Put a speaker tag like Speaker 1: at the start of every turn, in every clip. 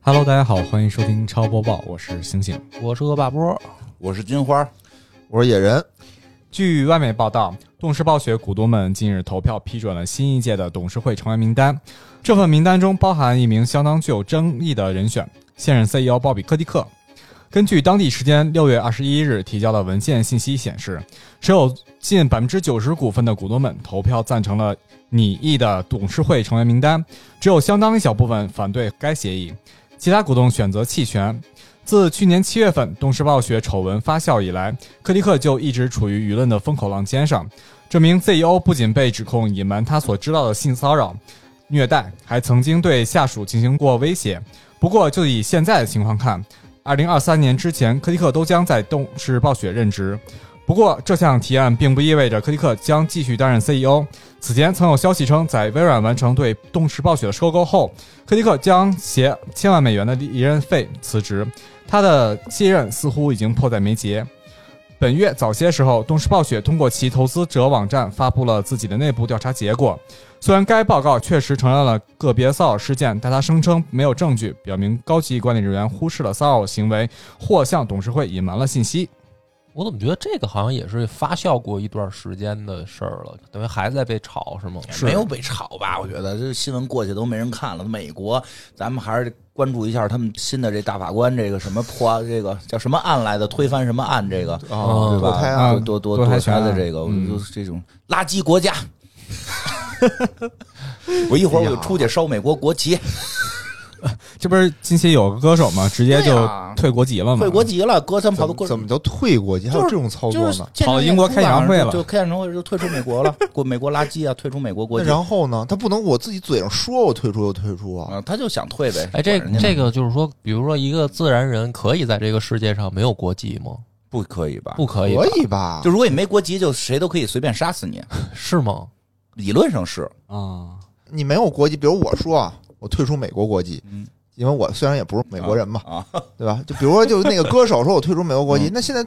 Speaker 1: Hello，大家好，欢迎收听超播报，我是醒醒。
Speaker 2: 我是恶霸波，
Speaker 3: 我是金花，
Speaker 4: 我说野人，
Speaker 1: 据外媒报道，动视暴雪股东们近日投票批准了新一届的董事会成员名单。这份名单中包含一名相当具有争议的人选——现任 CEO 鲍比·科迪克。根据当地时间六月二十一日提交的文件信息显示，持有近百分之九十股份的股东们投票赞成了拟议的董事会成员名单，只有相当一小部分反对该协议，其他股东选择弃权。自去年七月份动视暴雪丑闻发酵以来，克迪克就一直处于舆论的风口浪尖上。这名 CEO E 不仅被指控隐瞒他所知道的性骚扰、虐待，还曾经对下属进行过威胁。不过，就以现在的情况看，二零二三年之前，科迪克都将在动视暴雪任职。不过，这项提案并不意味着科迪克将继续担任 CEO。此前曾有消息称，在微软完成对动视暴雪的收购后，科迪克将携千万美元的离任费辞职。他的卸任似乎已经迫在眉睫。本月早些时候，动视暴雪通过其投资者网站发布了自己的内部调查结果。虽然该报告确实承认了个别骚扰事件，但他声称没有证据表明高级管理人员忽视了骚扰行为或向董事会隐瞒了信息。
Speaker 2: 我怎么觉得这个好像也是发酵过一段时间的事儿了，等于还在被炒是吗？
Speaker 3: 没有被炒吧？我觉得这新闻过去都没人看了。美国，咱们还是关注一下他们新的这大法官这个什么破 这个叫什么案来的，推翻什么案这个，
Speaker 4: 啊
Speaker 3: 对
Speaker 2: 嗯
Speaker 4: 堕
Speaker 3: 吧？
Speaker 4: 胎
Speaker 1: 啊
Speaker 4: 案，
Speaker 3: 多多
Speaker 1: 堕
Speaker 3: 多
Speaker 1: 胎
Speaker 3: 胎
Speaker 1: 权啊
Speaker 3: 的这个，我
Speaker 1: 嗯
Speaker 3: 就是这种垃圾国家。我一会儿我就出去烧美国国旗，
Speaker 1: 这不是近期有个歌手嘛，直接
Speaker 3: 对
Speaker 1: 就
Speaker 3: 呀
Speaker 1: 退国籍了嘛？
Speaker 3: 退国籍了，哥他们跑
Speaker 4: 怎
Speaker 3: 到国
Speaker 4: 么怎么叫退国籍？还有这种操
Speaker 3: 就
Speaker 4: 作
Speaker 3: 是
Speaker 4: 呢？
Speaker 3: 见
Speaker 1: 跑到
Speaker 3: 证
Speaker 1: 英国
Speaker 3: 演出
Speaker 1: 开演唱
Speaker 3: 吧
Speaker 1: 会
Speaker 3: 就
Speaker 1: 了
Speaker 3: 就开演唱会就退出美国了，国美国垃圾啊，退出美国国
Speaker 4: 那
Speaker 3: 籍
Speaker 4: 然后呢？他不能我自己嘴上说我退出就退出啊！
Speaker 3: 啊，他就想退呗。
Speaker 2: 哎，这
Speaker 3: 管人家
Speaker 2: 这个就是说，比如说一个自然人可以在这个世界上没有国籍吗？
Speaker 3: 不可以吧？
Speaker 2: 不可以吧，
Speaker 4: 可以吧？
Speaker 3: 就如果你没国籍，就谁都可以随便杀死你。
Speaker 2: 是吗？
Speaker 3: 理论上是，
Speaker 1: 啊，
Speaker 4: 你没有国籍，比如我说啊，我退出美国国籍，
Speaker 3: 嗯，
Speaker 4: 因为我虽然也不是美国人嘛，
Speaker 3: 啊，
Speaker 4: 对吧？就比如说，就那个歌手说我退出美国国籍
Speaker 3: 嗯，
Speaker 4: 那现在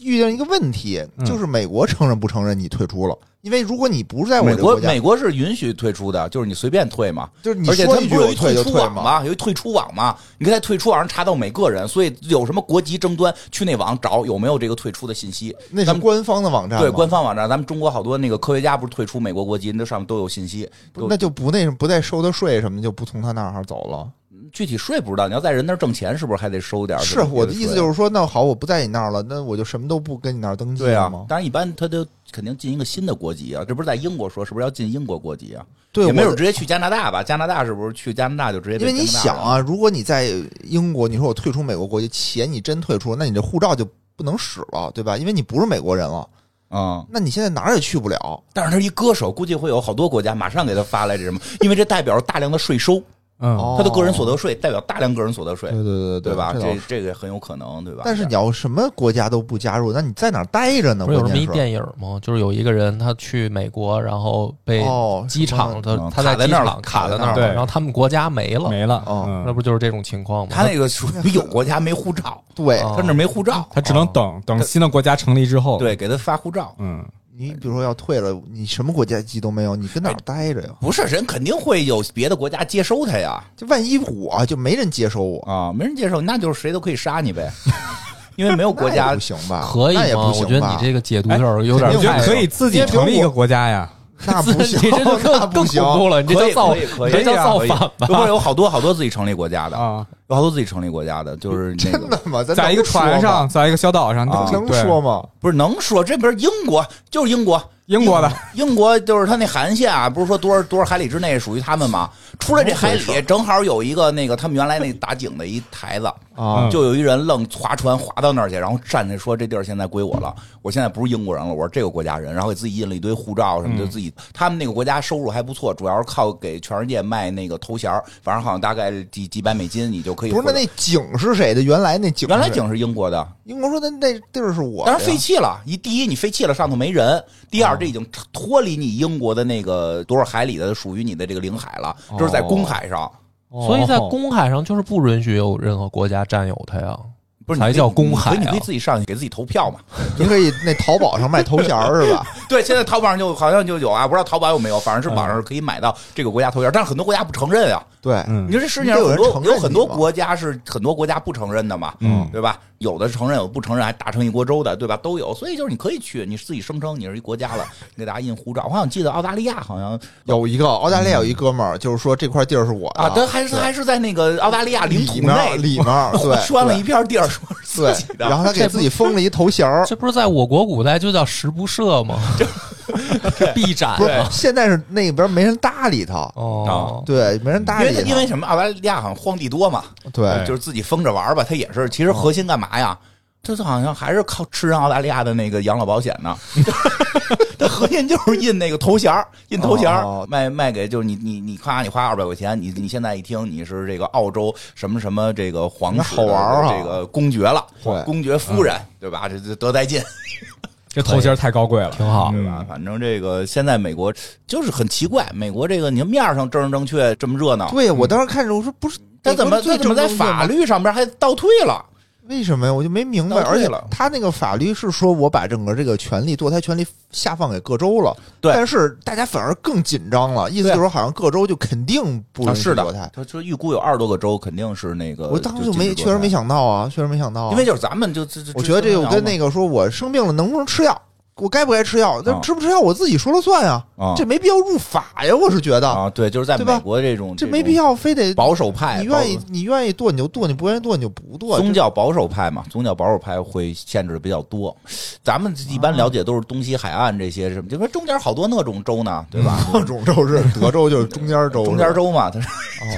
Speaker 4: 遇见一个问题，
Speaker 1: 嗯
Speaker 4: 就是美国承认不承认你退出了？因为如果你不是在我
Speaker 3: 美
Speaker 4: 这个
Speaker 3: 国
Speaker 4: 国家，
Speaker 3: 美国是允许退出的，就是你随便退嘛。
Speaker 4: 就是你
Speaker 3: 而且他
Speaker 4: 说
Speaker 3: 们
Speaker 4: 一
Speaker 3: 不
Speaker 4: 句
Speaker 3: 是有
Speaker 4: 我
Speaker 3: 一退
Speaker 4: 退就
Speaker 3: 出
Speaker 4: 退
Speaker 3: 网
Speaker 4: 嘛。
Speaker 3: 嘛，有一退出网嘛，你可以在退出网上查到每个人，所以有什么国籍争端，去那网找有没有这个退出的信息。
Speaker 4: 那
Speaker 3: 咱
Speaker 4: 是
Speaker 3: 们
Speaker 4: 官方的网站嘛，
Speaker 3: 对，官方网站，咱们中国好多那个科学家不是退出美国国籍，那上面都有信息。
Speaker 4: 不那就不那什么，不再收他税什么，就不从他那儿走了。
Speaker 3: 具体税不知道，你要在人那儿挣钱，是不是还得收点儿这
Speaker 4: 是
Speaker 3: 个？。
Speaker 4: 我的意思就是是说，那好，我不在你那儿了，那我就什么都不跟你那儿登记
Speaker 3: 对
Speaker 4: 了
Speaker 3: 啊
Speaker 4: 吗，？
Speaker 3: 当然一般他都肯定进一个新的国籍啊，这不是在英国说是不是要进英国国籍啊？
Speaker 4: 对，
Speaker 3: 也没
Speaker 4: 我
Speaker 3: 有直接去加拿大吧？加拿大是不是去加拿大就直接
Speaker 4: 因
Speaker 3: 被
Speaker 4: 为你
Speaker 3: 加拿大
Speaker 4: 想
Speaker 3: 人
Speaker 4: 啊，如果你在英国，你说我退出美国国籍，且你真退出，那你这护照就不能使了，对吧？因为你不是美国人了，
Speaker 3: 啊、
Speaker 4: 那你现在哪儿也去不了。
Speaker 3: 但是他是一歌手，估计会有好多国家马上给他发来这什么，因为这代表大量的税收，
Speaker 1: 嗯，
Speaker 4: 哦
Speaker 3: 他的个人所得税代表大量个人所得税，
Speaker 4: 对对对
Speaker 3: 对吧？
Speaker 4: 这倒
Speaker 3: 这
Speaker 4: 是
Speaker 3: 这个很有可能，对吧？
Speaker 4: 但是你要什么国家都不加入，那你在哪儿待着呢？
Speaker 2: 不是有
Speaker 4: 关
Speaker 2: 这么一
Speaker 4: 键是
Speaker 2: 电影吗？就是有一个人他去美国，然后被
Speaker 4: 哦，
Speaker 2: 机
Speaker 4: 什
Speaker 2: 场
Speaker 4: 么
Speaker 2: 的
Speaker 3: 嗯
Speaker 2: 他
Speaker 3: 卡在
Speaker 2: 机
Speaker 3: 那儿
Speaker 2: 场
Speaker 3: 了
Speaker 2: 卡在那儿
Speaker 1: 卡在那儿
Speaker 2: 了，然后他们国家没了，
Speaker 1: 没了，
Speaker 4: 哦
Speaker 2: 那
Speaker 1: 嗯，
Speaker 2: 不就是这种情况吗？
Speaker 3: 他那个 属于有国家没护照，
Speaker 4: 对，
Speaker 2: 哦
Speaker 3: 他那儿没护照，
Speaker 1: 他只能
Speaker 4: 哦
Speaker 1: 等等新的国家成立之后。，
Speaker 3: 对，给他发护照。
Speaker 1: 嗯，
Speaker 4: 你比如说要退了，你什么国家籍都没有，你跟
Speaker 3: 哎
Speaker 4: 哪儿待着呀？
Speaker 3: 不是人肯定会有别的国家接收他呀，
Speaker 4: 就万一我就没人接收我，
Speaker 3: 啊，没人接受，那就是谁都可以杀你呗，因为没有国
Speaker 4: 那也
Speaker 3: 家
Speaker 4: 不行吧？
Speaker 2: 可以
Speaker 4: 那也
Speaker 2: 吗？
Speaker 4: 不行
Speaker 2: 我觉得你
Speaker 4: 吧
Speaker 2: 这个解读
Speaker 1: 哎
Speaker 2: 有有点
Speaker 1: 我
Speaker 4: 肯
Speaker 1: 觉
Speaker 2: 太
Speaker 4: 定
Speaker 1: 得可以自己成立一个国家呀。
Speaker 4: 那不行，
Speaker 2: 你这就
Speaker 4: 那
Speaker 2: 更
Speaker 4: 不
Speaker 2: 更
Speaker 4: 行。
Speaker 2: 恐怖了，你这
Speaker 3: 可以
Speaker 2: 叫造
Speaker 3: 可以可以
Speaker 2: 这叫
Speaker 3: 啊
Speaker 2: 造
Speaker 3: 可以
Speaker 2: 反吧？
Speaker 3: 不是有好多好多自己成立国家的，
Speaker 1: 啊，
Speaker 3: 有好多自己成立国家的，就是那
Speaker 4: 真
Speaker 3: 个
Speaker 4: 的吗？咱
Speaker 1: 在一个
Speaker 4: 能说
Speaker 1: 船上，
Speaker 4: 吗，
Speaker 1: 在一个小岛上，
Speaker 3: 啊
Speaker 4: 能
Speaker 1: 对
Speaker 4: 说吗？
Speaker 3: 不是能说这不是英国，就是英国，
Speaker 1: 英国的
Speaker 3: 英国就是它那海岸线啊，不是说多少多少海里之内属于他们吗？出了这海里，正好有一个那个他们原来那打井的一台子，
Speaker 4: 啊
Speaker 1: 嗯，
Speaker 3: 就有一人愣划船划到那儿去，然后站着说这地儿现在归我了，我现在不是英国人了，我是这个国家人，然后给自己印了一堆护照什么，
Speaker 1: 嗯
Speaker 3: 就自己他们那个国家收入还不错，主要是靠给全世界卖那个头衔儿，反正好像大概几几百美金你就可以
Speaker 4: 不
Speaker 3: 获
Speaker 4: 是
Speaker 3: 得。
Speaker 4: 那那井是谁的？原来那井
Speaker 3: 原来
Speaker 4: 是
Speaker 3: 井是英国的，
Speaker 4: 英国说那那地儿是我
Speaker 3: 当
Speaker 4: 的呀，
Speaker 3: 然废弃了。一第一，你废弃了，上头没人；第二，这已经脱离你英国的那个多少海里的属于你的这个领海了，这是在公海上，
Speaker 2: 所以在
Speaker 1: 哦
Speaker 2: 公海上就是不允许有任何国家占有它呀。
Speaker 3: 不是
Speaker 2: 才
Speaker 3: 你可以
Speaker 2: 叫公海啊
Speaker 3: 你可以你可以自己上去给自己投票嘛。
Speaker 4: 你可以那淘宝上卖头衔儿是吧？
Speaker 3: 对，现在淘宝上就好像就有啊，不知道淘宝有没有，反正是网上可以买到这个国家头衔，但是很多国家不承认啊。
Speaker 4: 对，
Speaker 1: 嗯
Speaker 3: 你说这世界上
Speaker 4: 得有
Speaker 3: 很多
Speaker 4: 人承认
Speaker 3: 有很多
Speaker 4: 你嘛
Speaker 3: 国家是很多国家不承认的嘛，
Speaker 1: 嗯
Speaker 3: 对吧？有的承认，有的不承认，还打成一锅粥的，对吧？都有，所以就是你可以去，你自己声称你是一国家了，你给大家印护照。我好像记得澳大利亚好像
Speaker 4: 有一个澳大利亚有一哥们儿，就是说这块地儿是我的
Speaker 3: 啊，他还是
Speaker 4: 对
Speaker 3: 还是在那个澳大利亚领土
Speaker 4: 里面儿
Speaker 3: 内
Speaker 4: 里 面儿对
Speaker 3: 拴了一片地儿，说是
Speaker 4: 对
Speaker 3: 自己，的，
Speaker 4: 然后他给自己封了一头 衔儿，
Speaker 2: 这不是在我国古代就叫十不赦吗？这必斩
Speaker 4: 不是
Speaker 2: 啊！
Speaker 4: 现在是那边没人搭理他，
Speaker 3: 啊
Speaker 2: 哦，
Speaker 4: 对，没人搭
Speaker 3: 因
Speaker 4: 理
Speaker 3: 为他
Speaker 4: 他，
Speaker 3: 因为什么？澳大利亚好像荒地多嘛，
Speaker 4: 对
Speaker 3: 就是自己封着玩儿吧。他也是，其
Speaker 4: 嗯
Speaker 3: 实核心干嘛呀？他是好像还是靠吃人澳大利亚的那个养老保险呢。 他核心就是印那个头衔儿，印头衔儿
Speaker 4: 哦
Speaker 3: 卖卖给就是你你你夸你花二百块钱，你你现在一听你是这个澳洲什么什么这个皇室
Speaker 4: 好玩儿啊哎嗯
Speaker 3: 的这个公爵了，
Speaker 4: 对
Speaker 3: 公爵夫人对吧？这这德带进。
Speaker 1: 这头衔太高贵了，嗯
Speaker 2: 挺好
Speaker 1: 对
Speaker 4: 嗯
Speaker 3: 啊，反正这个现在美国就是很奇怪，美国这个你看面儿上正正确这么热闹，
Speaker 4: 对我当时看着我说不是，
Speaker 3: 他怎么
Speaker 4: 美国
Speaker 3: 他
Speaker 4: 人最
Speaker 3: 怎么在
Speaker 4: 正宗的吗
Speaker 3: 法律上边还倒退了？
Speaker 4: 为什么呀？我就没明白。
Speaker 3: 倒
Speaker 4: 而
Speaker 3: 退
Speaker 4: 且
Speaker 3: 了
Speaker 4: 他那个法律是说我把整个这个权利堕胎权利下放给各州了，
Speaker 3: 对
Speaker 4: 但是大家反而更紧张了，意思就是说好像各州就肯定不允许
Speaker 3: 啊是
Speaker 4: 堕胎
Speaker 3: 的。，他说预估有二十多个州肯定是那个，
Speaker 4: 我当时
Speaker 3: 就
Speaker 4: 就没，
Speaker 3: 禁止
Speaker 4: 确
Speaker 3: 堕
Speaker 4: 实没
Speaker 3: 胎，
Speaker 4: 想到啊，确实没想到啊、
Speaker 3: 因为就是咱们就这这，
Speaker 4: 我觉得这
Speaker 3: 个
Speaker 4: 个跟那个说我生病了能不能吃药，我该不该吃药，那
Speaker 3: 啊
Speaker 4: 吃不吃药我自己说了算呀，
Speaker 3: 啊
Speaker 4: 这没必要入法呀，我是觉得、
Speaker 3: 啊，对，就是在
Speaker 4: 对吧
Speaker 3: 美国这种
Speaker 4: 这没必要非
Speaker 3: 种
Speaker 4: 得
Speaker 3: 保守派，
Speaker 4: 你愿意啊
Speaker 3: 保。
Speaker 4: 你愿意堕你就堕，你不愿意堕你就不堕，
Speaker 3: 宗教保守派嘛，宗教保守派会限制比较多。咱们一
Speaker 4: 啊
Speaker 3: 般了解都是东西海岸这些什么，就说中间好多那种州呢，对 吧？
Speaker 4: 各种州是德州就是中间州，
Speaker 3: 中间州嘛，它是
Speaker 4: 是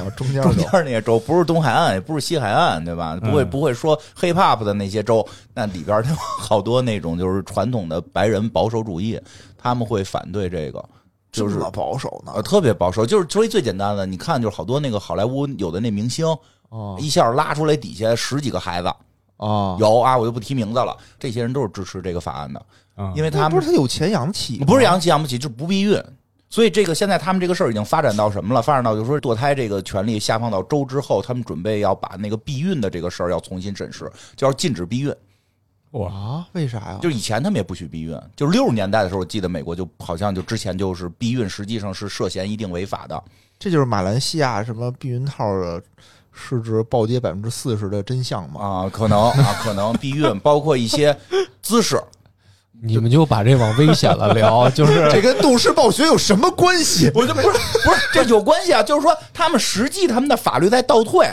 Speaker 4: 吧哦，中间
Speaker 3: 中
Speaker 4: 州
Speaker 3: 间那些州不是东海岸，也不是西海岸，对吧？不会不会说 hip hop 的那些州，那里边儿有 好多那种就是传统的白人保守主义，他们会反对这个，就
Speaker 4: 这
Speaker 3: 是
Speaker 4: 么保守呢
Speaker 3: 呃，特别保守。就是所以最简单的，你看就是好多那个好莱坞有的那明星，
Speaker 4: 哦
Speaker 3: 一下拉出来底下十几个孩子，
Speaker 4: 哦，
Speaker 3: 有啊，我就不提名字了，这些人都是支持这个法案的，
Speaker 1: 嗯
Speaker 3: 因为
Speaker 4: 那
Speaker 3: 他
Speaker 4: 不
Speaker 3: 们
Speaker 4: 是他有钱养起吗，
Speaker 3: 不是养啊不起养不起，就是不避孕。所以这个现在他们这个事儿已经发展到什么了？发展到就是说堕胎这个权利下放到州之后，他们准备要把那个避孕的这个事儿要重新审视，就要禁止避孕。啊
Speaker 1: 哇，
Speaker 4: 啊？为啥呀？
Speaker 3: 就是以前他们也不许避孕，就是六十年代的时候，我记得美国就好像就之前就是避孕实际上是涉嫌一定违法的。
Speaker 4: 这就是马来西亚什么避孕套的市值暴跌百分之四十的真相 嘛？
Speaker 3: 啊，可能啊，可能避孕包括一些姿势，
Speaker 2: 你们就把这往危险了 聊，就是
Speaker 4: 这跟动视暴雪有什么关系？
Speaker 3: 我就不是 不是这有关系啊，就是说他们实际他们的法律在倒退，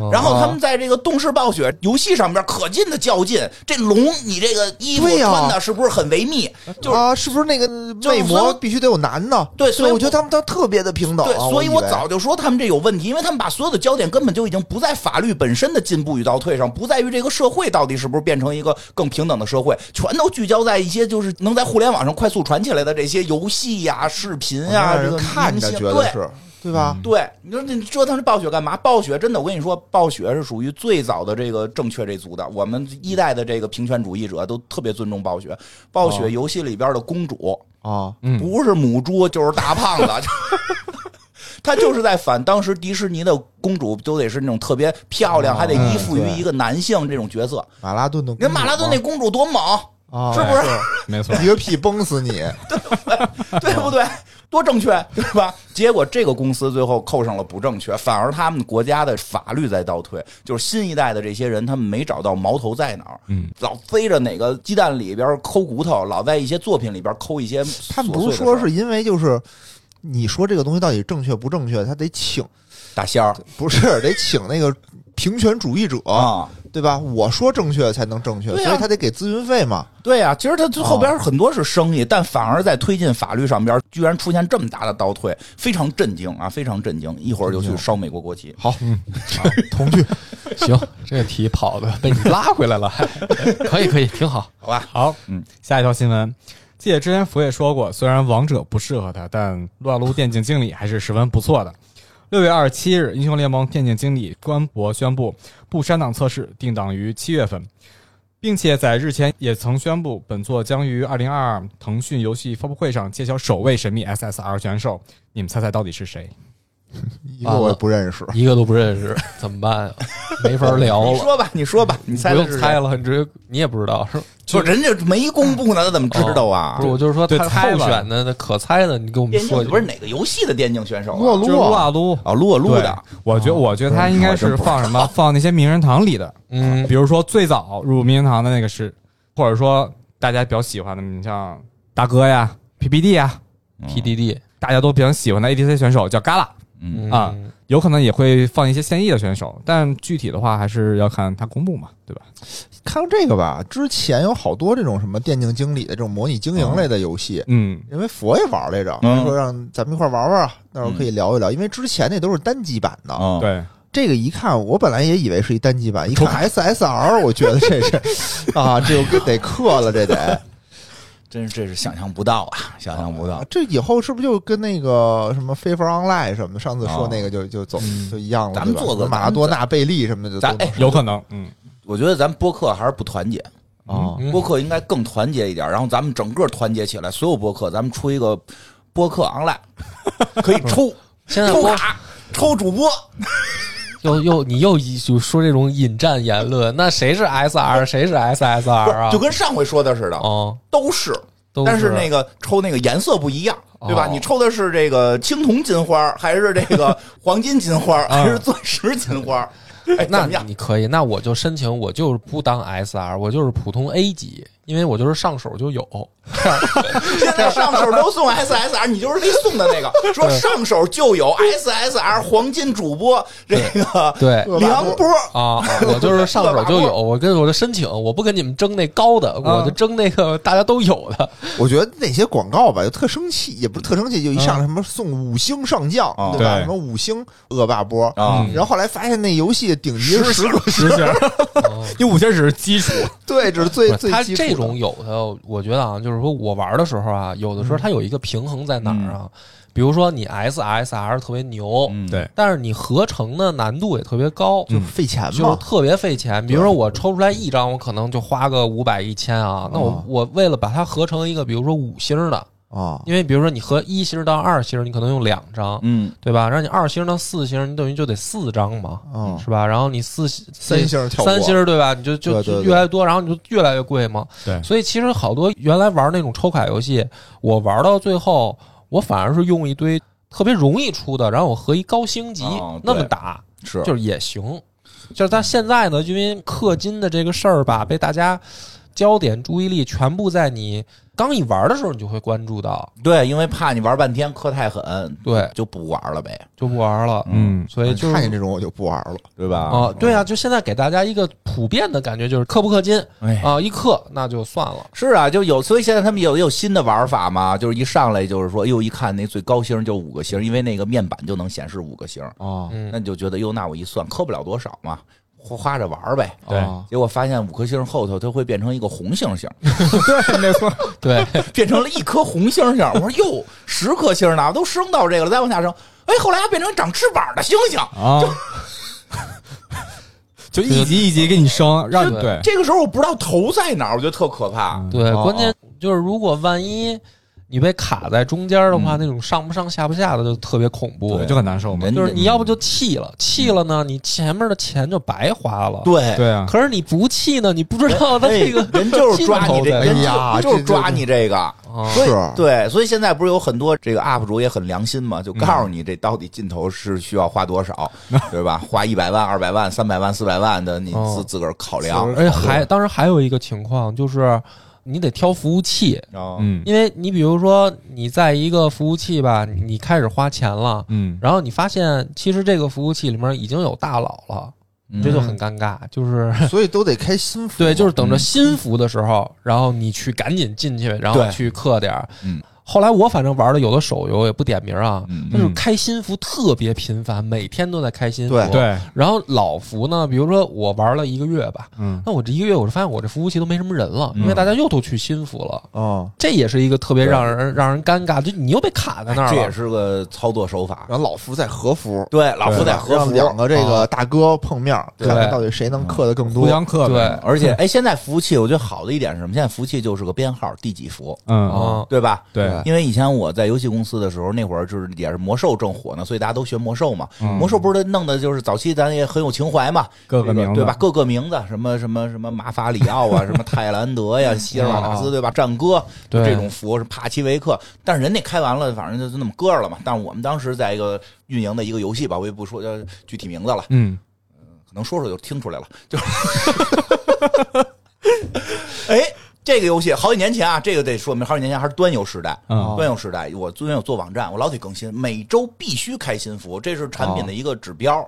Speaker 4: 哦
Speaker 3: 然后他们在这个动视暴雪游戏上边可劲的较劲，这龙你这个衣服
Speaker 4: 对啊呀
Speaker 3: 穿的是不是很维密？就是
Speaker 4: 啊，是不是那个
Speaker 3: 就是
Speaker 4: 魅
Speaker 3: 所
Speaker 4: 魔
Speaker 3: 有
Speaker 4: 必须得有男的？
Speaker 3: 对所以
Speaker 4: 我觉得他们都特别的平等啊。
Speaker 3: 对，所以
Speaker 4: 我
Speaker 3: 我
Speaker 4: 为
Speaker 3: 早就说他们这有问题，因为他们把所有的焦点根本就已经不在法律本身的进步与倒退上，不在于这个社会到底是不是变成一个更平等的社会，全都聚焦在一些就是能在互联网上快速传起来的这些游戏呀、视频
Speaker 4: 我
Speaker 3: 呀、
Speaker 4: 哦让
Speaker 3: 这
Speaker 4: 人
Speaker 3: 个
Speaker 4: 看
Speaker 3: 明
Speaker 4: 着
Speaker 3: 星
Speaker 4: 觉得
Speaker 3: 对
Speaker 4: 是嗯对吧？
Speaker 3: 对，你说你折腾这暴雪干嘛？暴雪真的，我跟你说，暴雪是属于最早的这个正确这族的。我们一代的这个平权主义者都特别尊重暴雪。暴雪游戏里边的公主、
Speaker 4: 啊，
Speaker 1: 嗯
Speaker 3: 不是母猪就是大胖子， 她就是在反当时迪士尼的公主都得是那种特别漂亮，还得依附于一个男性这种角色。
Speaker 4: 马拉顿的
Speaker 3: 你看马拉顿那公主多猛，
Speaker 4: 那啊，
Speaker 3: 是不是？
Speaker 1: 没错，
Speaker 4: 一个屁崩死你！
Speaker 3: 对不对？多正确，对吧？结果这个公司最后扣上了不正确，反而他们国家的法律在倒退，就是新一代的这些人，他们没找到矛头在哪儿，
Speaker 1: 嗯，
Speaker 3: 老飞着哪个鸡蛋里边抠骨头，老在一些作品里边抠一些。
Speaker 4: 他们不是说是因为就是你说这个东西到底正确不正确，他得请
Speaker 3: 大仙儿
Speaker 4: 不是得请那个平权主义者
Speaker 3: 啊？
Speaker 4: 对吧？我说正确才能正确，
Speaker 3: 对啊
Speaker 4: 所以他得给咨询费嘛。
Speaker 3: 对呀、其实他最后边很多是生意，但反而在推进法律上边，居然出现这么大的倒退，非常震惊啊，非常震惊！一会儿就去烧美国国旗。
Speaker 4: 好，同居
Speaker 2: 行，这个题跑的被你拉回来了，还可以可以，挺好。
Speaker 3: 好吧，
Speaker 1: 好，
Speaker 3: 嗯，
Speaker 1: 下一条新闻。记得之前福也说过，虽然王者不适合他，但撸啊撸电竞经理还是十分不错的。六月二十七日，英雄联盟电竞经理官博宣布，不删档测试定档于七月份，并且在日前也曾宣布，本作将于二零二二腾讯游戏发布会上揭晓首位神秘 SSR 选手。你们猜猜到底是谁？
Speaker 4: 一个我也不认识。
Speaker 2: 一个都不认识，怎么办呀？啊没法聊
Speaker 3: 你
Speaker 2: 了，
Speaker 3: 说吧，你说吧，你猜
Speaker 2: 不
Speaker 3: 的是
Speaker 2: 用
Speaker 3: 谁
Speaker 2: 猜，了，你直接你也不知道是吧？
Speaker 3: 就人家没公布呢，他怎么知道啊
Speaker 2: 不是，？我就是说
Speaker 1: 对
Speaker 2: 他
Speaker 1: 猜
Speaker 2: 候
Speaker 1: 吧
Speaker 2: 选的那可猜的，你跟我们
Speaker 3: 电
Speaker 2: 说
Speaker 3: 竞
Speaker 2: 一下
Speaker 3: 不是哪个游戏的电竞选手
Speaker 4: 撸
Speaker 3: 啊？
Speaker 4: 啊
Speaker 1: 就是
Speaker 4: 撸
Speaker 1: 撸
Speaker 4: 啊，
Speaker 1: 啊撸，
Speaker 3: 啊，撸啊撸的，哦
Speaker 1: 对我觉得我觉得他应该是放什么放那些名人堂里的，
Speaker 2: 嗯
Speaker 1: 比如说最早入名人堂的那个是，或者说大家比较喜欢的，你像大哥呀、PPD 呀，
Speaker 2: ，PDD
Speaker 1: 大家都比较喜欢的 ADC 选手叫 Gala，
Speaker 3: 嗯，
Speaker 1: 啊有可能也会放一些现役的选手，但具体的话还是要看他公布嘛，对吧？
Speaker 4: 看看这个吧。之前有好多这种什么电竞经理的这种模拟经营类的游戏，
Speaker 1: 嗯，
Speaker 4: 因为佛也玩来着，
Speaker 3: 嗯
Speaker 4: 说让咱们一块玩玩啊，到时候可以聊一聊。因为之前那都是单机版的，
Speaker 2: 嗯
Speaker 3: 啊，
Speaker 1: 对，
Speaker 4: 这个一看我本来也以为是一单机版，一看 SSR，我觉得这是 啊，这又得氪了，这得
Speaker 3: 真是这是想象不到啊，想象不到
Speaker 4: 啊，这以后是不是就跟那个什么 FIFA Online 什么的，上次说那个就就走就一样了？
Speaker 3: 咱们
Speaker 4: 对吧
Speaker 3: 做个
Speaker 4: 什么马拉多纳、贝利什么的，就
Speaker 3: 咱
Speaker 4: 都
Speaker 3: 哎
Speaker 1: 有可能，嗯，
Speaker 3: 我觉得咱播客还是不团结，
Speaker 4: 啊
Speaker 2: 嗯
Speaker 3: 播客应该更团结一点，然后咱们整个团结起来，所有播客咱们出一个播客 online，可以抽，
Speaker 2: 嗯现在
Speaker 3: 抽
Speaker 2: 播
Speaker 3: 卡，抽主播，
Speaker 2: 又又你又一就说这种引战言论，那谁是 SR，谁是 SSR 啊？
Speaker 3: 就跟上回说的似的，
Speaker 2: 哦，
Speaker 3: 都是。啊
Speaker 2: 都
Speaker 3: 但是那个抽那个颜色不一样，对吧？
Speaker 2: 哦
Speaker 3: 你抽的是这个青铜金花，还是这个黄金金花，还是钻石金花？哎，怎
Speaker 2: 嗯那
Speaker 3: 么样？
Speaker 2: 你可以，那我就申请，我就是不当 SR，我就是普通 A 级，因为我就是上手就有。
Speaker 3: 现在上手都送 SSR，你就是被送的那个。说上手就有 SSR 黄金主播这个
Speaker 2: 对
Speaker 4: 对
Speaker 3: 梁波，
Speaker 2: 啊，我就是上手就有，我跟我就申请，我不跟你们争那高的，我
Speaker 3: 啊
Speaker 2: 就争那个大家都有的。
Speaker 4: 我觉得那些广告吧，就特生气，也不是特生气，就一上来什么送五星上将，
Speaker 3: 啊
Speaker 4: 对吧？
Speaker 1: 对
Speaker 4: 什么五星恶霸波
Speaker 3: 啊
Speaker 1: 嗯
Speaker 4: 然后后来发现那游戏顶级是十个，
Speaker 1: 实行，
Speaker 3: 哦
Speaker 1: 你五星只是基础，
Speaker 4: 对，这是最最
Speaker 2: 他
Speaker 4: 基础的
Speaker 2: 这种有的，我觉得啊，就是说我玩的时候啊，有的
Speaker 3: 嗯
Speaker 2: 时候它有一个平衡在哪儿啊？比如说你 SSR 特别牛，
Speaker 3: 嗯
Speaker 1: 对，
Speaker 2: 但是你合成的难度也特别高，
Speaker 4: 就费钱
Speaker 2: 嗯就是
Speaker 4: 嘛，哦
Speaker 2: 特别费钱。比如说我抽出来一张，我可能就花个五百一千
Speaker 4: 嗯
Speaker 2: 啊。那我我为了把它合成一个，比如说五星的，
Speaker 4: 啊，
Speaker 2: 因为比如说你合一星到二星，你可能用两张，
Speaker 3: 嗯，
Speaker 2: 对吧？让你二星到四星，你等于就得四张嘛，
Speaker 4: 嗯
Speaker 2: 是吧？然后你四星
Speaker 4: 三星儿跳过
Speaker 2: 三星儿对吧？你就就
Speaker 4: 对对
Speaker 2: 就
Speaker 4: 对
Speaker 2: 越来越多，然后你就越来越贵嘛。
Speaker 1: 对
Speaker 2: 所以其实好多原来玩那种抽卡游戏，我玩到最后，我反而是用一堆特别容易出的，然后我合一高星级、
Speaker 3: 哦对
Speaker 2: 那么打，
Speaker 3: 是
Speaker 2: 就是也行。就是但现在呢，因为氪金的这个事儿吧，被大家焦点注意力全部在你刚一玩的时候，你就会关注到，
Speaker 3: 对，因为怕你玩半天氪太狠，
Speaker 2: 对，
Speaker 3: 就不玩了呗，
Speaker 2: 就不玩了。
Speaker 1: 嗯，
Speaker 2: 所以就是
Speaker 4: 看见这种我就不玩了。
Speaker 3: 对吧？
Speaker 2: 啊，对啊，就现在给大家一个普遍的感觉，就是氪不氪金
Speaker 3: 哎呀
Speaker 2: 啊，一氪那就算了。
Speaker 3: 是啊，就有，所以现在他们有有新的玩法嘛，就是一上来就是说，哎呦，一看那最高星就五个星，因为那个面板就能显示五个星，
Speaker 4: 啊
Speaker 2: 嗯
Speaker 3: 那你就觉得，哟，那我一算氪不了多少嘛，花花着玩儿呗。
Speaker 1: 对
Speaker 4: 啊
Speaker 3: 结果发现五颗星后头，它会变成一个红星星，
Speaker 1: 对， 没错，
Speaker 2: 对，
Speaker 3: 变成了一颗红星星。我说哟，十颗星呢，都升到这个了，再往下升，哎，后来还变成长翅膀的星星。
Speaker 1: 啊， 就一级一级给你升，让你
Speaker 2: 对嗯
Speaker 1: 对
Speaker 3: 这个时候我不知道头在哪儿，我觉得特可怕。
Speaker 2: 对，
Speaker 4: 哦
Speaker 2: 关键就是如果万一你被卡在中间的话，那种上不上下不下的就特别恐怖
Speaker 1: 对，。就很难受嘛，
Speaker 3: 人
Speaker 2: 就是你要不就弃了，弃了呢，你前面的钱就白花了。，
Speaker 3: 对
Speaker 1: 对啊，
Speaker 2: 可是你不弃呢，你不知道他
Speaker 3: 哎
Speaker 2: 这个
Speaker 3: 人就是抓你 这，
Speaker 2: 个。
Speaker 4: 哎
Speaker 3: 人
Speaker 4: 呀
Speaker 3: 就就是
Speaker 4: 这
Speaker 3: 抓你这个。
Speaker 2: 啊
Speaker 3: 所以
Speaker 4: 是
Speaker 3: 对，所以现在不是有很多这个 UP 主也很良心嘛，就告诉你这到底尽头是需要花多少，对吧？花一百万、二百万、三百万、四百万的，你
Speaker 2: 哦
Speaker 3: 自自个儿考量。
Speaker 2: 而且哎还当时还有一个情况就是，你得挑服务器，
Speaker 3: 哦
Speaker 1: 嗯
Speaker 2: 因为你比如说你在一个服务器吧，你开始花钱了，
Speaker 1: 嗯，
Speaker 2: 然后你发现其实这个服务器里面已经有大佬了，
Speaker 3: 嗯
Speaker 2: 这就很尴尬， 就是。
Speaker 4: 所以都得开新服，
Speaker 2: 对，就是等着新服的时候，然后你去赶紧进去，然
Speaker 3: 嗯
Speaker 2: 后
Speaker 3: 对
Speaker 2: 去氪点儿。
Speaker 3: 嗯，
Speaker 2: 后来我反正玩的有的手游也不点名啊，
Speaker 3: 嗯
Speaker 2: 就是开新服特别频繁，每天都在开新服。
Speaker 4: 对
Speaker 1: 对，
Speaker 2: 然后老服呢，比如说我玩了一个月吧，
Speaker 1: 嗯，
Speaker 2: 那我这一个月我就发现我这服务器都没什么人了，因为大家又都去新服了，
Speaker 4: 啊，
Speaker 2: 这也是一个特别让人让人尴尬，就你又被卡在那儿
Speaker 3: 这也
Speaker 2: 了。
Speaker 3: 是个操作手法。
Speaker 4: 然后老服在合服，
Speaker 3: 对，老夫在和
Speaker 4: 让
Speaker 3: 服，啊
Speaker 4: 两个这个大哥碰面，
Speaker 2: 对
Speaker 4: 看看到底谁
Speaker 3: 嗯
Speaker 4: 能氪的更多
Speaker 1: 互。相克
Speaker 2: 对，
Speaker 1: 呗，
Speaker 3: 而且哎，现在服务器我觉得好的一点是什么？现在服务器就是个编号，第几服，
Speaker 1: 嗯，
Speaker 2: 啊，
Speaker 3: 对吧？
Speaker 1: 对，
Speaker 2: 对
Speaker 3: 因为以前我在游戏公司的时候，那会儿就是也是魔兽正火呢，所以大家都学魔兽嘛。魔兽不是弄的就是早期咱也很有情怀嘛，
Speaker 1: 各个
Speaker 3: 这
Speaker 1: 名字
Speaker 3: 对吧？各个名字，什么什么什么马法里奥啊，什么泰兰德呀、希尔瓦纳斯对吧？战歌就
Speaker 2: 对
Speaker 3: 这种服是帕奇维克，但是人家开完了，反正就就那么歌了嘛。但是我们当时在一个运营的一个游戏吧，我也不说呃具体名字了，
Speaker 1: 嗯，
Speaker 3: 可能说说就听出来了，就是，哎，这个游戏好几年前啊，这个得说明好几年前还是端游时代。
Speaker 1: 嗯
Speaker 3: 端游时代，我端游做网站，我老得更新，每周必须开新服，这是产品的一个指标。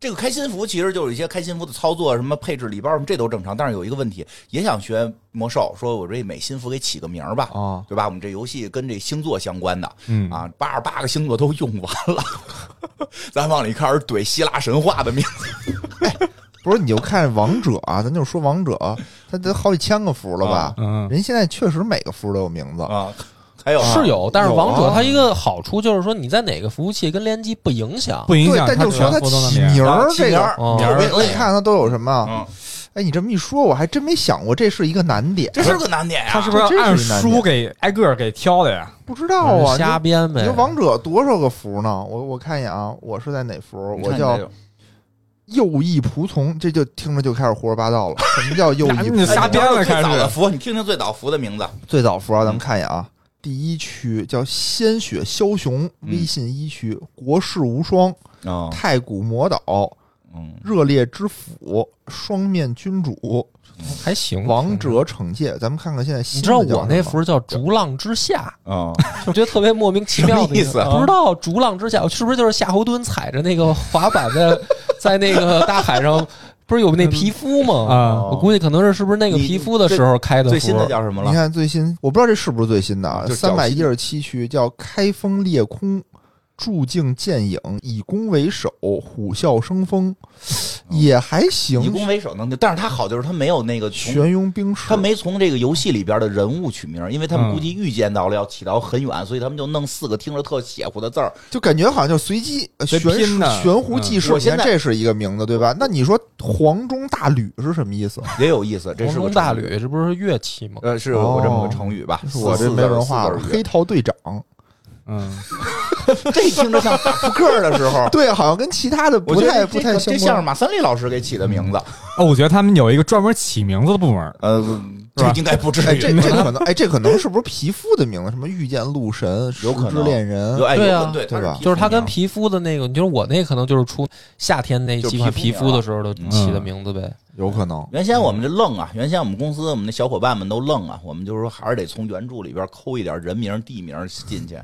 Speaker 3: 这个开新服其实就是一些开新服的操作，什么配置礼包什么，这都正常。但是有一个问题，也想学魔兽，说我这每新服给起个名儿吧，
Speaker 2: 啊，
Speaker 3: 对吧？我们这游戏跟这星座相关的，
Speaker 1: 嗯
Speaker 3: 啊，八十八个星座都用完了， 咱往里开始怼希腊神话的名字。
Speaker 4: 不是你就看王者啊，咱就说王者，他得好几千个服了吧？
Speaker 1: 嗯
Speaker 4: 人现在确实每个服都有名字，
Speaker 3: 啊，还有啊
Speaker 2: 是有，但是
Speaker 4: 有
Speaker 2: 王者
Speaker 4: 啊
Speaker 2: 它一个好处就是说你在哪个服务器跟联机不影响。
Speaker 1: 不影
Speaker 4: 对，
Speaker 1: 响
Speaker 4: 但
Speaker 1: 他
Speaker 4: 就说
Speaker 1: 全
Speaker 4: 他
Speaker 1: 活动的
Speaker 4: 起
Speaker 1: 名
Speaker 4: 名儿
Speaker 3: 起
Speaker 4: 这
Speaker 3: 名
Speaker 4: 个啊
Speaker 3: 儿，
Speaker 2: 哦
Speaker 3: 名儿
Speaker 4: 我
Speaker 3: 啊
Speaker 4: 给我给你看看他都有什么。
Speaker 3: 嗯，
Speaker 4: 哎，你这么一说，我还真没想过这是一个难点，
Speaker 3: 这是个难点呀、
Speaker 1: 他是不是
Speaker 4: 这真
Speaker 1: 按
Speaker 4: 是一难
Speaker 1: 书给挨个儿给挑的呀？
Speaker 4: 不知道啊。
Speaker 2: 瞎
Speaker 4: 你
Speaker 2: 编
Speaker 4: 说你
Speaker 2: 呗
Speaker 4: 说。王者多少个服呢？我我看一眼啊，我是在哪服？
Speaker 3: 你
Speaker 4: 我
Speaker 3: 看你
Speaker 4: 叫
Speaker 3: 这个
Speaker 4: 右翼仆从，这就听着就开始胡说八道了。什么叫右翼
Speaker 1: 那
Speaker 4: 仆
Speaker 1: 你
Speaker 4: 从？
Speaker 1: 瞎编了开
Speaker 3: 最
Speaker 1: 始
Speaker 3: 早的服，哎你听听最早服的名字，
Speaker 4: 最早服啊，咱们看一眼
Speaker 3: 嗯
Speaker 4: 啊，第一区叫鲜血枭雄，微信一区国士无双，
Speaker 3: 哦，
Speaker 4: 太古魔岛，
Speaker 3: 嗯，
Speaker 4: 热烈之斧，双面君主，
Speaker 2: 还
Speaker 3: 嗯
Speaker 2: 行，
Speaker 4: 王者惩戒。咱们看看现在
Speaker 2: 你
Speaker 4: 新的
Speaker 2: 知道
Speaker 4: 叫
Speaker 2: 我那
Speaker 4: 什么
Speaker 2: 服叫《逐浪之下
Speaker 3: 哦，》，
Speaker 2: 我觉得特别莫名其妙的一个
Speaker 3: 什么意思啊
Speaker 2: 不知道《逐浪之下》是不是就是夏侯惇踩着那个滑板在在那个大海上，不是有那皮肤吗？
Speaker 1: 啊，
Speaker 2: 我估计可能是是不是那个
Speaker 3: 你
Speaker 2: 皮肤的时候开的
Speaker 3: 最
Speaker 2: 服
Speaker 3: 新的叫什么
Speaker 4: 你
Speaker 3: 了？嗯
Speaker 4: 看最新，我不知道这是不是最新的啊，
Speaker 3: 就
Speaker 4: 三
Speaker 3: 叫
Speaker 4: 百一
Speaker 3: 新
Speaker 4: 十七区叫开封裂空，驻境剑影，以攻为守，虎啸生风，也还
Speaker 3: 哦以
Speaker 4: 行。
Speaker 3: 攻为守能力，但是它好就是它没有那个从
Speaker 4: 玄庸兵士，
Speaker 3: 他没从这个游戏里边的人物取名，因为他们
Speaker 1: 嗯
Speaker 3: 估计预见到了要起到很远，所以他们就弄四个听着特邪乎的字儿。
Speaker 4: 就感觉好像就随机呃
Speaker 1: 随
Speaker 4: 悬
Speaker 1: 拼
Speaker 4: 殊
Speaker 1: 的
Speaker 4: 悬壶济
Speaker 3: 嗯
Speaker 4: 世。
Speaker 3: 我
Speaker 4: 你
Speaker 3: 现
Speaker 4: 看
Speaker 3: 在
Speaker 4: 这是一个名字对吧？那你说黄忠大吕是什么意思？
Speaker 3: 也有意思，这是个
Speaker 2: 黄忠大
Speaker 3: 成语，
Speaker 2: 吕，这不是乐器吗？
Speaker 3: 呃，是有这么个
Speaker 4: 哦
Speaker 3: 成语吧？
Speaker 4: 是我这没文化了
Speaker 3: 了。。
Speaker 4: 黑桃队长，，
Speaker 3: 哦
Speaker 1: 嗯，
Speaker 3: 这听着像 打扑克的时候
Speaker 4: 对，好像跟其他的
Speaker 3: 我
Speaker 4: 不
Speaker 3: 觉
Speaker 4: 太
Speaker 3: 得
Speaker 4: 不
Speaker 3: 这
Speaker 4: 太
Speaker 3: 个这
Speaker 4: 相
Speaker 3: 像是
Speaker 4: 关。
Speaker 3: 马三立老师给起的名字。
Speaker 1: 哦，我觉得他们有一个专门起名字的部门。
Speaker 3: 呃，
Speaker 1: 是
Speaker 3: 这
Speaker 1: 吧
Speaker 3: 应该不至
Speaker 4: 哎，
Speaker 3: 于。
Speaker 4: 这这可能，哎，这可能是不是皮肤的名字？什么遇见鹿神、石
Speaker 3: 有可
Speaker 4: 之
Speaker 3: 能
Speaker 4: 恋人
Speaker 3: 有，哎
Speaker 2: 对
Speaker 3: 有
Speaker 2: 啊
Speaker 3: 对，
Speaker 4: 对吧
Speaker 2: 就是它跟
Speaker 3: 皮
Speaker 2: 皮肤的那个，你就是我那可能就是出夏天那几款
Speaker 3: 就是皮
Speaker 2: 皮
Speaker 3: 肤
Speaker 2: 肤的时候的
Speaker 3: 嗯
Speaker 2: 起的名字呗。
Speaker 4: 有可能。
Speaker 3: 原先我们这愣啊，原先我们公司我们那小伙伴们都愣啊，我们就是说还是得从原著里边抠一点人名地名进去。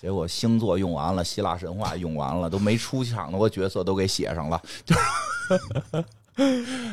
Speaker 3: 结果星座用完了，希腊神话用完了，都没出场的我角色都给写上了。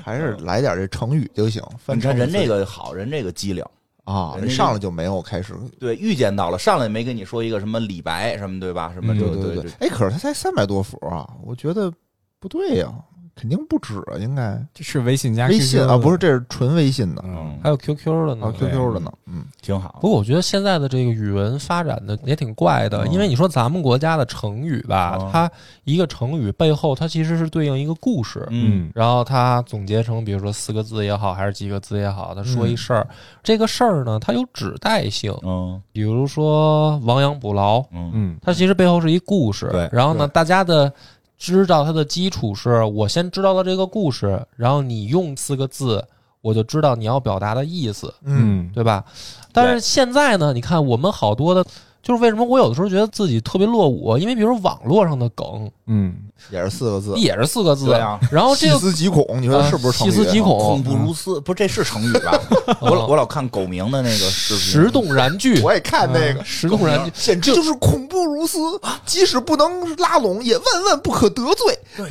Speaker 4: 还是来点这成语就行。翻
Speaker 3: 嗯你看
Speaker 4: 成
Speaker 3: 人
Speaker 4: 语
Speaker 3: 这个好，人这个机灵，
Speaker 4: 啊，
Speaker 3: 人
Speaker 4: 这
Speaker 3: 家
Speaker 4: 上来就没有开始，
Speaker 3: 对，预见到了，上来没跟你说一个什么李白什么，对吧？什么
Speaker 1: 嗯
Speaker 3: 就
Speaker 4: 对
Speaker 3: 对
Speaker 4: 对。哎，可是他才三百多伏啊，我觉得不对呀、肯定不止啊，应该
Speaker 1: 这是微信加
Speaker 4: 微信
Speaker 1: QQ
Speaker 4: 啊，
Speaker 1: 的
Speaker 4: 不是，这是纯微信的
Speaker 1: 嗯，
Speaker 2: 还有 QQ 的
Speaker 4: 啊
Speaker 2: 呢，
Speaker 4: ，QQ 的呢，嗯，
Speaker 3: 挺好。
Speaker 2: 不过我觉得现在的这个语文发展的也挺怪的，
Speaker 3: 嗯
Speaker 2: 因为你说咱们国家的成语吧，
Speaker 3: 嗯
Speaker 2: 它一个成语背后它其实是对应一个故事，
Speaker 3: 嗯，
Speaker 2: 然后它总结成比如说四个字也好，还是几个字也好，它说一事儿，这个事儿呢它有指代性，
Speaker 3: 嗯
Speaker 2: 比如说亡羊补牢，
Speaker 3: 嗯
Speaker 1: 嗯
Speaker 2: 它其实背后是一故事。
Speaker 3: 对
Speaker 2: 然后呢，
Speaker 4: 对
Speaker 2: 大家的知道它的基础是我先知道了这个故事，然后你用四个字，我就知道你要表达的意思，
Speaker 1: 嗯
Speaker 2: 对吧？但是现在呢，你看我们好多的，就是为什么我有的时候觉得自己特别落伍，因为比如网络上的梗
Speaker 1: 嗯，
Speaker 4: 也是四个字，
Speaker 2: 也是四个字
Speaker 3: 对，啊，
Speaker 2: 然后这
Speaker 4: 细
Speaker 2: 个
Speaker 4: 思极恐，你说
Speaker 2: 呃
Speaker 4: 是不是成
Speaker 2: 细
Speaker 4: 语？啊
Speaker 2: 思极
Speaker 3: 恐
Speaker 2: 恐，
Speaker 3: 怖如斯，不是这是成语 吧？我
Speaker 2: 哦
Speaker 3: 老我老看狗明的那个视频，
Speaker 2: 石动燃具，
Speaker 4: 我也看那个，
Speaker 2: 石动燃具。
Speaker 4: 简直就是恐怖如斯，
Speaker 2: 啊
Speaker 4: 即使不能拉拢，也万万不可得罪。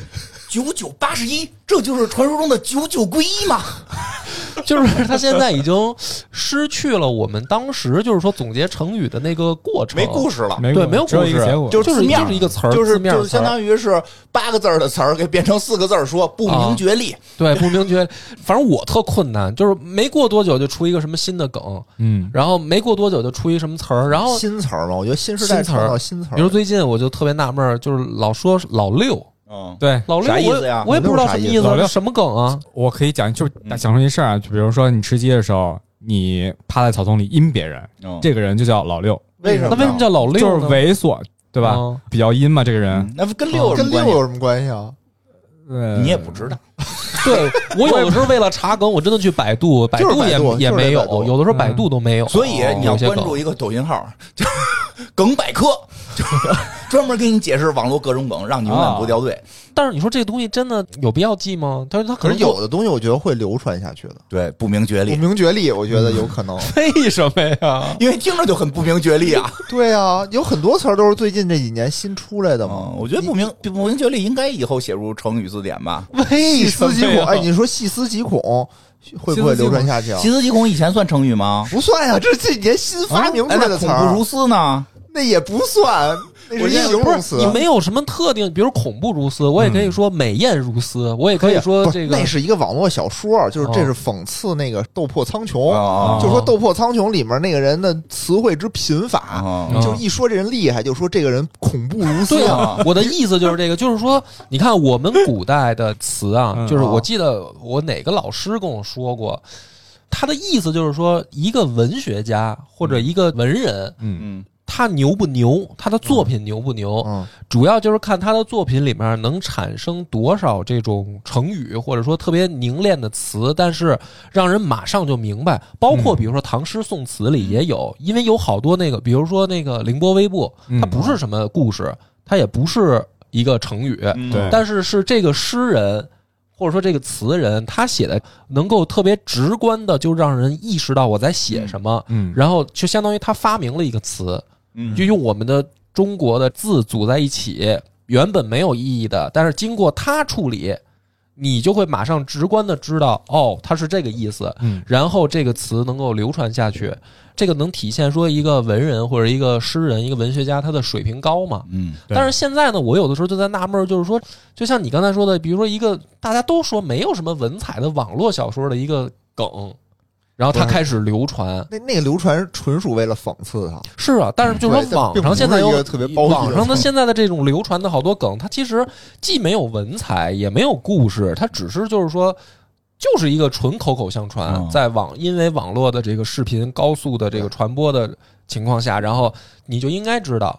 Speaker 3: 九九八十一，这就是传说中的九九归一嘛？
Speaker 2: 哦就是他现在已经失去了我们当时就是说总结成语的那个过程，
Speaker 3: 没故事了。
Speaker 1: 没
Speaker 2: 对
Speaker 1: 过
Speaker 2: 没有
Speaker 1: 只有一
Speaker 2: 故
Speaker 1: 个
Speaker 2: 事
Speaker 1: 结果，
Speaker 3: 就是
Speaker 2: 就是
Speaker 3: 字面儿
Speaker 2: 就是一个词儿，
Speaker 3: 就是
Speaker 2: 字面儿
Speaker 3: 就是相
Speaker 2: 词儿
Speaker 3: 当于是八个字儿的词儿给变成四个字儿说，不
Speaker 2: 哦
Speaker 3: 明觉厉。
Speaker 2: 对不明觉，反正我特困难，就是没过多久就出一个什么新的梗，
Speaker 1: 嗯
Speaker 2: 然后没过多久就出一什么词儿，然后
Speaker 4: 新词儿嘛，我觉得新时代
Speaker 2: 新词儿
Speaker 4: 创造新词
Speaker 2: 比
Speaker 4: 儿，
Speaker 2: 如最近我就特别纳闷儿，就是老说老六，
Speaker 3: 嗯，
Speaker 1: 对，
Speaker 2: 老六
Speaker 3: 啥意
Speaker 2: 我
Speaker 3: 思呀
Speaker 2: 我也不知道什么意
Speaker 1: 老六啥意思
Speaker 2: 思，什么梗啊？
Speaker 1: 我可以讲，就是
Speaker 3: 嗯
Speaker 1: 想出一事儿啊，就比如说你吃鸡的时候，你趴在草丛里阴别人，
Speaker 3: 嗯
Speaker 1: 这个人就叫老六，
Speaker 4: 为什
Speaker 2: 那
Speaker 4: 么呢？啊
Speaker 2: 为什么叫老六呢？
Speaker 1: 就是猥琐，对吧？
Speaker 2: 嗯
Speaker 1: 比较阴嘛，这个人，
Speaker 3: 嗯那跟
Speaker 2: 哦
Speaker 3: 六有什
Speaker 4: 跟
Speaker 3: 么关
Speaker 4: 六
Speaker 3: 系？
Speaker 4: 有什么关系啊？
Speaker 1: 呃
Speaker 3: 你也不知道，
Speaker 2: 哦对我有的时候为了查梗，我真的去百 度，百
Speaker 4: 就是
Speaker 2: 度
Speaker 4: 百
Speaker 2: 也
Speaker 4: 度就是
Speaker 2: 也没有
Speaker 4: 百，度
Speaker 2: 有的时候百度都没
Speaker 3: 嗯
Speaker 2: 有。哦
Speaker 3: 所以你要
Speaker 2: 有些
Speaker 3: 关
Speaker 2: 梗
Speaker 3: 注一个抖音号，就是 梗百科，就是 专门给你解释网络各种梗，让你永
Speaker 2: 哦
Speaker 3: 远不掉队。
Speaker 2: 但是你说这个东西真的有必要记吗？他说他可
Speaker 4: 可
Speaker 2: 能
Speaker 4: 是有的东西，我觉得会流传下去的。
Speaker 3: 对，不明觉
Speaker 4: 不
Speaker 3: 厉，
Speaker 4: 明觉厉，我觉得
Speaker 2: 嗯
Speaker 4: 有可能。
Speaker 2: 为什么呀？
Speaker 3: 因为听着就很不明觉厉啊。
Speaker 4: 对啊，有很多词儿都是最近这几年新出来的嘛
Speaker 3: 嗯，。我觉得不明不明觉厉应该以后写入成语字典吧。
Speaker 2: 为
Speaker 4: 细
Speaker 2: 什
Speaker 4: 思
Speaker 2: 么
Speaker 4: 极恐，
Speaker 2: 呀？
Speaker 4: 哎，你说细思极恐会
Speaker 1: 细思极恐
Speaker 4: 不会流传下去啊？
Speaker 3: 细思极恐以前算成语吗？
Speaker 4: 不算呀、这是这几年新发明出
Speaker 3: 哎
Speaker 4: 来
Speaker 3: 那
Speaker 4: 的词
Speaker 3: 恐
Speaker 4: 儿，
Speaker 3: 怖如斯呢？
Speaker 4: 那也不算，那
Speaker 2: 我
Speaker 4: 是一形
Speaker 2: 不
Speaker 4: 容
Speaker 2: 是
Speaker 4: 词。啊
Speaker 2: 你没有什么特定，比如恐怖如斯，我也可以说美艳如斯，我也可以说
Speaker 4: 嗯不是
Speaker 2: 这个
Speaker 4: 那是一个网络小说，就是这
Speaker 2: 哦
Speaker 4: 是讽刺那个《斗破苍穹》
Speaker 3: 哦
Speaker 4: 就说《斗破苍穹》里面那个人的词汇之贫乏，
Speaker 3: 啊
Speaker 2: 嗯
Speaker 4: 就一说这人厉害，就说这个人恐怖如斯。
Speaker 2: 对
Speaker 3: 啊
Speaker 2: 啊，我的意思就是这个，就是说，你看我们古代的词啊
Speaker 1: 嗯，
Speaker 2: 就是我记得我哪个老师跟我说过，他的意思就是说，一个文学家或者一个文人，
Speaker 1: 嗯，
Speaker 3: 嗯，
Speaker 2: 他牛不牛，他的作品牛不
Speaker 3: 哦
Speaker 2: 牛，
Speaker 4: 嗯，
Speaker 2: 主要就是看他的作品里面能产生多少这种成语，或者说特别凝练的词，但是让人马上就明白。包括
Speaker 1: 嗯
Speaker 2: 比如说唐诗宋词里也有，因为有好多那个，比如说那个凌波微步，
Speaker 1: 嗯
Speaker 2: 它不是什么故事，它也不是一个成语，
Speaker 3: 嗯
Speaker 1: 对
Speaker 2: 但是是这个诗人。或者说这个词人他写的能够特别直观的就让人意识到我在写什么，
Speaker 1: 嗯
Speaker 2: 然后就相当于他发明了一个词，
Speaker 3: 嗯
Speaker 2: 就用我们的中国的字组在一起，原本没有意义的，但是经过他处理，你就会马上直观的知道，哦，它是这个意思。
Speaker 1: 嗯
Speaker 2: 然后这个词能够流传下去，这个能体现说一个文人或者一个诗人、一个文学家他的水平高嘛？
Speaker 3: 嗯
Speaker 1: 对
Speaker 2: 但是现在呢，我有的时候就在纳闷儿，就是说，就像你刚才说的，比如说一个大家都说没有什么文采的网络小说的一个梗，然后它
Speaker 4: 对
Speaker 2: 开始流传，
Speaker 4: 那那个流传纯属为了讽刺他。
Speaker 2: 是啊，但是就是
Speaker 4: 对
Speaker 2: 说
Speaker 4: 但
Speaker 2: 网
Speaker 4: 并
Speaker 2: 上
Speaker 4: 不
Speaker 2: 现在
Speaker 4: 是一
Speaker 2: 有
Speaker 4: 个特别褒义的
Speaker 2: 网上的现在的这种流传的好多梗，它其实既没有文采，也没有故事，它只是就是说。就是一个纯口口相传，
Speaker 3: 嗯
Speaker 2: 在网因为网络的这个视频高速的这个传播的情况下，然后你就应该知道，